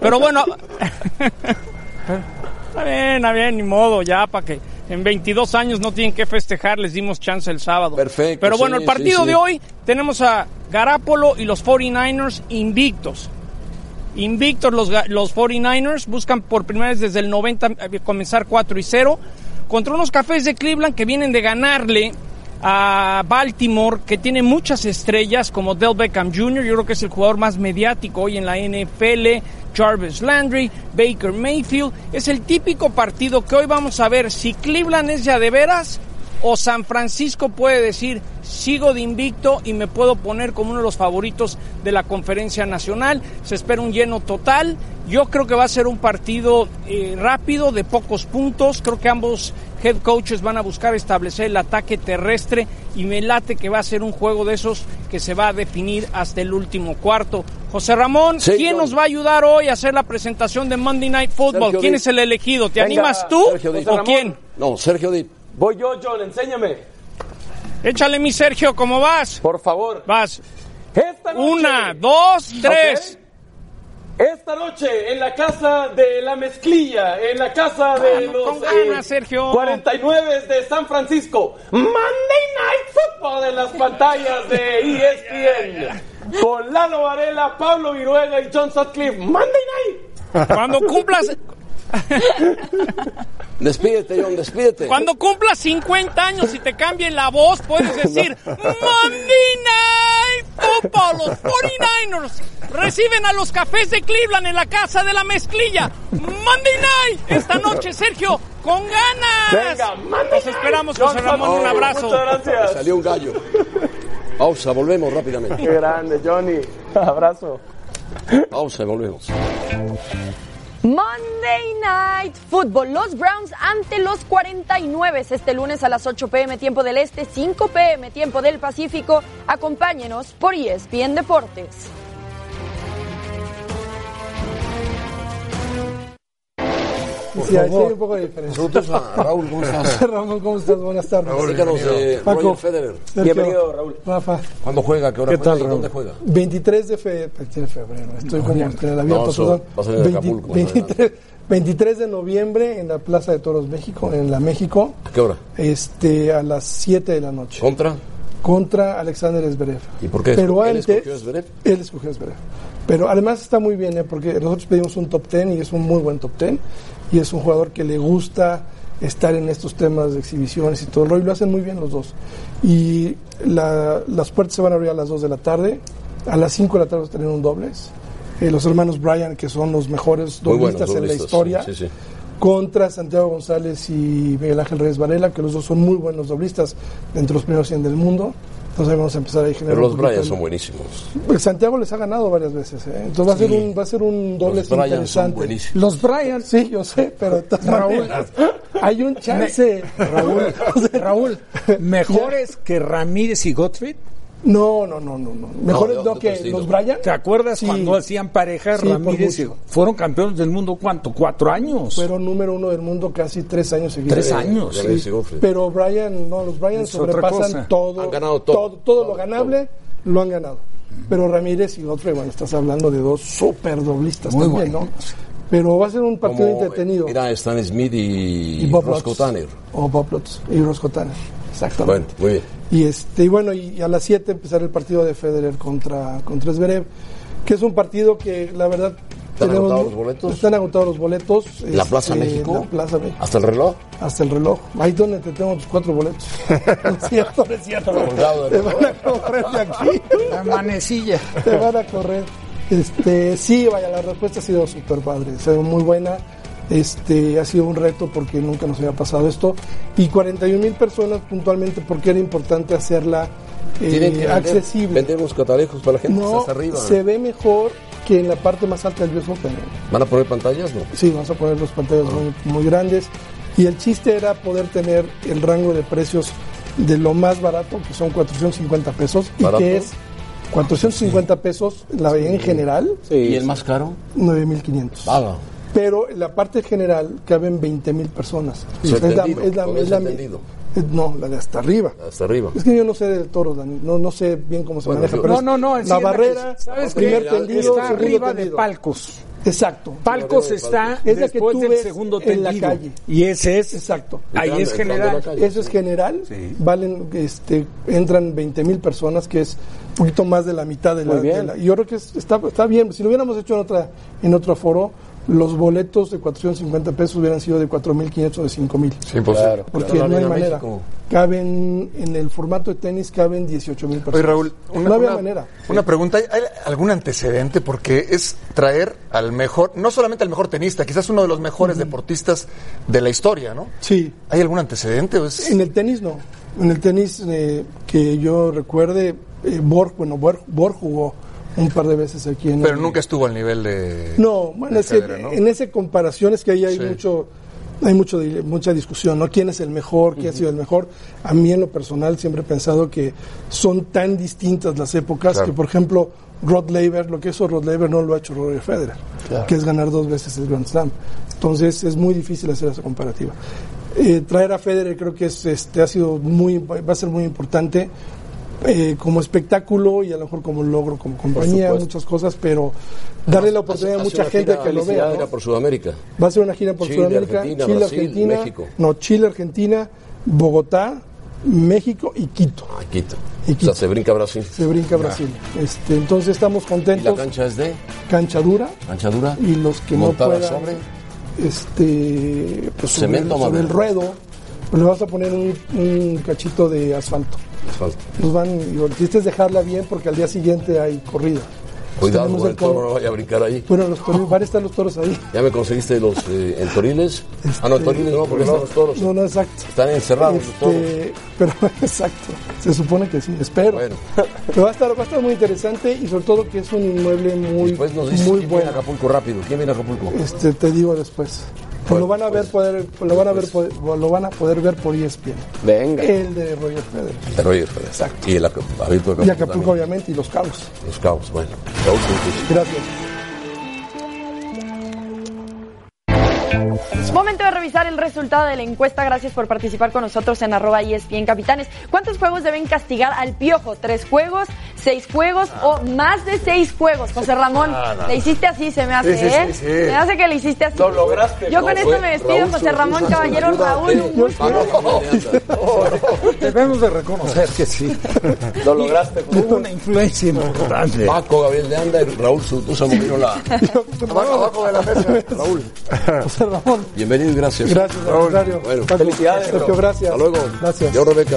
Speaker 12: Pero bueno. Está bien, está bien, ni modo, ya, para que en 22 años no tienen que festejar, les dimos chance el sábado.
Speaker 2: Perfecto,
Speaker 12: Pero bueno,
Speaker 2: sí,
Speaker 12: el partido
Speaker 2: sí, sí.
Speaker 12: de hoy tenemos a Garapolo y los 49ers invictos. Invictos los, ga- los 49ers, buscan por primera vez desde el 90 eh, comenzar 4 y 0 contra unos cafés de Cleveland que vienen de ganarle a Baltimore, que tiene muchas estrellas como Del Beckham Jr., yo creo que es el jugador más mediático hoy en la NFL, Jarvis Landry, Baker Mayfield. Es el típico partido que hoy vamos a ver si Cleveland es ya de veras o San Francisco puede decir, sigo de invicto y me puedo poner como uno de los favoritos de la conferencia nacional. Se espera un lleno total. Yo creo que va a ser un partido eh, rápido, de pocos puntos. Creo que ambos head coaches van a buscar establecer el ataque terrestre y me late que va a ser un juego de esos que se va a definir hasta el último cuarto. José Ramón,
Speaker 2: Sí,
Speaker 12: ¿quién
Speaker 2: John.
Speaker 12: nos va a ayudar hoy a hacer la presentación de Monday Night Football?
Speaker 2: Sergio
Speaker 12: ¿Quién
Speaker 2: Díaz.
Speaker 12: es el elegido? ¿Te
Speaker 3: Venga,
Speaker 12: animas tú
Speaker 2: Sergio Díaz.
Speaker 12: o
Speaker 3: José
Speaker 12: quién?
Speaker 3: Ramón.
Speaker 2: No, Sergio Dip.
Speaker 3: Voy yo, John, enséñame.
Speaker 12: Échale mi Sergio, ¿cómo vas?
Speaker 3: Por favor.
Speaker 12: Vas.
Speaker 3: Esta noche,
Speaker 12: Una, dos, tres.
Speaker 3: Esta noche en la casa de la mezclilla, en la casa de
Speaker 12: Vamos,
Speaker 3: los eh,
Speaker 12: con ganas, Sergio.
Speaker 3: 49 de San E Francisco, Monday Night Football en las pantallas de ESPN. Lalo Varela, Pablo Viruega y John Sutcliffe. ¡Monday night!
Speaker 12: Cuando cumplas,
Speaker 2: Despídete, John, despídete.
Speaker 12: cuando cumplas 50 años y te cambien la voz, puedes decir Monday Night Football. Los 49ers reciben a los cafés de Cleveland en la casa de la mezclilla. Monday Night. Esta noche, Sergio, con ganas.
Speaker 3: Venga,
Speaker 12: Nos esperamos, José Ramón. Un abrazo.
Speaker 3: Muchas gracias.
Speaker 2: Oh, Salió un gallo. Pausa, volvemos
Speaker 3: Qué
Speaker 2: rápidamente.
Speaker 3: grande, Johnny. Abrazo.
Speaker 2: Pausa y volvemos.
Speaker 7: Monday Night Football. Los Browns ante los 49 este lunes a las 8 pm tiempo del Este, 5 pm tiempo del Pacífico. Acompáñenos por E ESPN Deportes.
Speaker 13: Sí, sí, hay un poco de diferencia.
Speaker 1: Nosotros a Raúl, ¿cómo estás?
Speaker 13: Ramón, ¿cómo estás? Buenas tardes.
Speaker 2: Platícanos de
Speaker 13: Paco.
Speaker 2: Roger Federer.
Speaker 13: Sergio,
Speaker 3: eh, Bienvenido, Raúl.
Speaker 13: Rafa.
Speaker 1: ¿Cuándo juega? ¿Qué hora
Speaker 13: ¿Qué
Speaker 1: juega?
Speaker 13: tal,
Speaker 1: ¿Y
Speaker 13: Raúl?
Speaker 1: ¿Dónde juega?
Speaker 13: 23 de fe- 23 de febrero. Estoy como entre el abierto,
Speaker 1: No, eso
Speaker 13: perdón.
Speaker 1: va a salir de Acapulco,
Speaker 13: 23, 23 de noviembre en la Plaza de Toros México, en la México,
Speaker 2: ¿A qué hora?
Speaker 13: este a las 7 de la noche.
Speaker 2: ¿Contra?
Speaker 13: Contra Alexander Zverev.
Speaker 2: ¿Y por qué?
Speaker 13: Pero
Speaker 2: ¿Él
Speaker 13: antes,
Speaker 2: escogió a Zverev?
Speaker 13: él escogió a Zverev. Pero además está muy bien, ¿eh? porque nosotros pedimos un top 10 y es un muy buen top 10. Y es un jugador que le gusta estar en estos temas de exhibiciones y todo el rollo. Y lo hacen muy bien los dos. Y la- las puertas se van a abrir a las 2 de la tarde. A las 5 de la tarde van a tener un dobles. Eh, los hermanos Bryan, que son los mejores
Speaker 2: Muy buenos
Speaker 13: doblistas en la
Speaker 2: doblistas,
Speaker 13: historia
Speaker 2: sí, sí, sí.
Speaker 13: contra Santiago González y Miguel Ángel Reyes Varela, que los dos son muy buenos doblistas, entre los primeros 100 del mundo. Entonces ahí vamos a empezar a generar.
Speaker 2: Pero
Speaker 13: un
Speaker 2: los
Speaker 13: poquito
Speaker 2: Bryant
Speaker 13: el-
Speaker 2: son buenísimos.
Speaker 13: Pues Santiago les ha ganado varias veces, ¿eh? entonces va a ser
Speaker 2: Sí.
Speaker 13: un va a ser un doble
Speaker 2: Los Bryant son
Speaker 13: interesante.
Speaker 2: buenísimos.
Speaker 13: Los Bryan, sí, yo sé, pero de todas
Speaker 5: Raúl.
Speaker 13: maneras, hay un chance.
Speaker 5: Raúl, Raúl, mejores que Ramírez y Gottfried.
Speaker 13: No, no, no, no, no. Mejor
Speaker 2: yo
Speaker 13: es no
Speaker 2: te
Speaker 13: que
Speaker 2: estoy
Speaker 13: los
Speaker 2: diciendo.
Speaker 13: Bryan.
Speaker 5: ¿Te acuerdas
Speaker 13: Sí.
Speaker 5: cuando hacían pareja
Speaker 13: Sí, por
Speaker 5: Ramírez? y-
Speaker 13: mucho.
Speaker 5: Fueron campeones del mundo, ¿cuánto? ¿Cuatro años?
Speaker 13: Fueron número uno del mundo casi tres años seguidos.
Speaker 5: Tres años.
Speaker 13: Sí,
Speaker 2: Ramírez y Gottfried.
Speaker 13: pero Brian, no, los Bryan
Speaker 5: Es otra
Speaker 13: sobrepasan
Speaker 5: cosa.
Speaker 13: todo,
Speaker 2: Han ganado todo.
Speaker 13: todo, lo ganable lo han ganado. Pero Ramírez y Gottfried, bueno, estás hablando de dos super doblistas
Speaker 5: Muy
Speaker 13: también,
Speaker 5: buenos.
Speaker 13: ¿no? Pero va a ser un partido entretenido.
Speaker 2: Mira, Stan Smith y, Roscoe
Speaker 13: Lutz.
Speaker 2: Tanner.
Speaker 13: O Bob Lutz y Roscoe Tanner. Exactamente.
Speaker 2: Bueno, muy bien.
Speaker 13: Y este y bueno, y, y a las 7 empezar el partido de Federer contra contra Zverev, que es un partido que la verdad
Speaker 2: ¿Están agotados los boletos?
Speaker 13: Están agotados los boletos.
Speaker 2: ¿La Plaza
Speaker 13: este,
Speaker 2: México?
Speaker 13: La Plaza México.
Speaker 2: ¿Hasta el reloj?
Speaker 13: Hasta el reloj. Ahí donde te tengo tus cuatro boletos. No es cierto, no es cierto.
Speaker 2: Colgado
Speaker 13: Te
Speaker 2: del
Speaker 13: van a correr de aquí.
Speaker 5: La manecilla.
Speaker 13: Te van a correr. Este, sí, vaya, la respuesta ha sido súper padre. Ha sido muy buena. Este, ha sido un reto porque nunca nos había pasado esto. Y 41 mil personas puntualmente porque era importante hacerla eh,
Speaker 2: Tienen que vender-
Speaker 13: accesible.
Speaker 2: Vender unos catalejos para la gente que está
Speaker 13: No,
Speaker 2: hasta arriba.
Speaker 13: se ve mejor que en la parte más alta del US Open.
Speaker 2: ¿Van a poner pantallas? No.
Speaker 13: Sí, vamos a poner los
Speaker 2: Ah.
Speaker 13: pantallas muy, muy grandes. Y el chiste era poder tener el rango de precios de lo más barato, que son 450 pesos,
Speaker 2: ¿Barato?
Speaker 13: y que es 450 pesos la en general,
Speaker 2: ¿Y el más Ah, caro?
Speaker 13: 9.500.
Speaker 2: Vaga.
Speaker 13: Pero en la parte general caben 20.000 personas.
Speaker 2: Sotendido, con eso entendido.
Speaker 13: eh, no, la de hasta arriba.
Speaker 2: Hasta arriba.
Speaker 13: Es que yo no sé del toro, Dani. No, no sé bien cómo se
Speaker 2: Bueno,
Speaker 13: maneja.
Speaker 2: yo-
Speaker 13: Pero
Speaker 5: No,
Speaker 13: es
Speaker 5: no, no.
Speaker 13: La
Speaker 5: encima
Speaker 13: barrera,
Speaker 5: que- ¿Sabes
Speaker 13: primer
Speaker 5: qué?
Speaker 13: tendido,
Speaker 5: Está
Speaker 13: segundo
Speaker 5: arriba de
Speaker 13: tendido.
Speaker 5: palcos.
Speaker 13: Exacto.
Speaker 5: Palcos está
Speaker 13: Es la que
Speaker 5: después
Speaker 13: tú
Speaker 5: del
Speaker 13: ves
Speaker 5: segundo
Speaker 13: en la
Speaker 5: tendido.
Speaker 13: calle.
Speaker 5: Y ese es.
Speaker 13: Exacto.
Speaker 5: Ahí es
Speaker 2: Entrando- entrando a la
Speaker 5: general.
Speaker 2: calle.
Speaker 13: Eso es general. Valen, este, entran 20 mil personas, que es un poquito más de la mitad de la.
Speaker 3: Muy bien.
Speaker 13: de la- yo creo que es- está, está bien. Si lo hubiéramos hecho en otra, en otro foro, los boletos de 450 pesos hubieran sido de 4.500 o de 5.000.
Speaker 4: Sí, imposible.
Speaker 13: Porque
Speaker 2: Claro,
Speaker 13: no hay
Speaker 2: en
Speaker 13: manera.
Speaker 2: México.
Speaker 13: Caben en el formato de tenis caben 18 mil personas.
Speaker 4: Oye, Raúl, una,
Speaker 13: no había
Speaker 4: una-
Speaker 13: manera.
Speaker 4: una pregunta. ¿Hay hay algún antecedente? Porque es traer al mejor, no solamente al mejor tenista, quizás uno de los mejores deportistas de la historia, ¿no?
Speaker 13: Sí.
Speaker 4: ¿Hay algún antecedente? ¿O es-
Speaker 13: En el tenis no. En el tenis eh, que yo recuerde, eh, Borg, bueno, Borg, Borg jugó un par de veces aquí en
Speaker 4: Pero
Speaker 13: el-
Speaker 4: nunca estuvo al nivel de.
Speaker 13: No, bueno,
Speaker 4: de
Speaker 13: es que
Speaker 4: Federer, ¿no?
Speaker 13: en ese comparación es que ahí hay
Speaker 4: Sí.
Speaker 13: mucho hay mucho di- mucha discusión, ¿no? ¿Quién es el mejor? ¿Quién ha sido el mejor? A mí en lo personal siempre he pensado que son tan distintas las épocas
Speaker 4: Claro.
Speaker 13: que, por ejemplo, Rod Laver, lo que hizo Rod Laver no lo ha hecho Roger Federer, que es ganar dos veces el Grand Slam. Entonces es muy difícil hacer esa comparativa. Eh, traer a Federer creo que es, este, ha sido muy, va a ser muy importante eh, como espectáculo y a lo mejor como logro, como compañía,
Speaker 2: supuesto.
Speaker 13: muchas cosas, pero darle la oportunidad a
Speaker 2: Hace
Speaker 13: mucha
Speaker 2: una
Speaker 13: gente
Speaker 2: gira-
Speaker 13: que lo vea.
Speaker 2: gira
Speaker 13: ¿no?
Speaker 2: por Sudamérica.
Speaker 13: Va a ser una gira por
Speaker 2: Chile,
Speaker 13: Sudamérica,
Speaker 2: Argentina,
Speaker 13: Chile,
Speaker 2: Brasil,
Speaker 13: Argentina,
Speaker 2: México.
Speaker 13: no, Chile, Argentina, Bogotá, México y Quito.
Speaker 2: Quito. O sea, se brinca Brasil.
Speaker 13: Se brinca Brasil. Este, entonces estamos
Speaker 2: ¿Y la
Speaker 13: contentos.
Speaker 2: cancha es de?
Speaker 13: Cancha dura.
Speaker 2: ¿Cancha dura?
Speaker 13: Y los que no
Speaker 2: ¿Montada
Speaker 13: puedan.
Speaker 2: sobre?
Speaker 13: Este. Pues, sobre
Speaker 2: ¿Cemento
Speaker 13: el-
Speaker 2: o
Speaker 13: sobre el
Speaker 2: madera?
Speaker 13: ruedo. Pues le vas a poner un, un cachito de asfalto.
Speaker 2: Asfalto.
Speaker 13: Nos van, digo, el chiste es dejarla bien porque al día siguiente hay corrida.
Speaker 2: Cuidado
Speaker 13: Tenemos
Speaker 2: con el
Speaker 13: el cor-
Speaker 2: toro, no vaya a brincar ahí.
Speaker 13: Bueno, los toros, van a estar los toros ahí.
Speaker 2: ¿Ya me conseguiste los eh, entoriles? Ah, no, entoriles no, porque están los toros.
Speaker 13: No, no, exacto.
Speaker 2: Están encerrados los toros.
Speaker 13: Este, Este, pero exacto, se supone que sí, espero. Pero va a estar, va a estar muy interesante y sobre todo que es un inmueble muy,
Speaker 2: Después nos dices
Speaker 13: muy
Speaker 2: quién
Speaker 13: bueno.
Speaker 2: viene a Acapulco rápido. ¿Quién viene a Acapulco?
Speaker 13: Este, te digo después. Pues lo van a ver poder, lo van a ver poder- pues, lo van a poder ver por E ESPN.
Speaker 2: pues. Venga.
Speaker 13: El de Roger Federer.
Speaker 2: De Roger Federer. Exacto. Y el Aca- Abierto de
Speaker 13: Y
Speaker 2: Acapulco
Speaker 13: Acapulco
Speaker 2: también.
Speaker 13: obviamente y los cabos.
Speaker 2: Los cabos, bueno. Cabos, sí, sí.
Speaker 13: Gracias.
Speaker 7: Es Momento de revisar el resultado de la encuesta. Gracias por participar con nosotros en arroba E ESPN Capitanes. ¿Cuántos juegos deben castigar al piojo? ¿Tres juegos? ¿Seis juegos? ¿O más de seis juegos? José Ramón,
Speaker 14: Ah, no.
Speaker 7: le hiciste así, se me hace,
Speaker 14: Sí, sí,
Speaker 7: ¿eh?
Speaker 14: sí, sí.
Speaker 7: Me hace que le hiciste así.
Speaker 14: Lo lograste.
Speaker 7: Yo
Speaker 14: No,
Speaker 7: con esto
Speaker 14: fue
Speaker 7: me despido,
Speaker 14: Raúl
Speaker 7: José Ramón
Speaker 14: Surtiz,
Speaker 7: Caballero
Speaker 14: ayuda,
Speaker 7: Raúl. un gusto.
Speaker 5: Debemos de reconocer que sí.
Speaker 2: Lo lograste.
Speaker 5: Tuvo una influencia importante.
Speaker 2: Paco, Gabriel de Anda y Raúl Sutusa movieron la...
Speaker 4: Abajo, abajo de la mesa.
Speaker 2: Raúl. Bienvenido y gracias.
Speaker 4: Gracias, al contrario.
Speaker 2: Bueno,
Speaker 4: Paco, Felicidades. Sergio, gracias.
Speaker 2: Hasta luego.
Speaker 4: Gracias.
Speaker 2: Yo, Rebeca.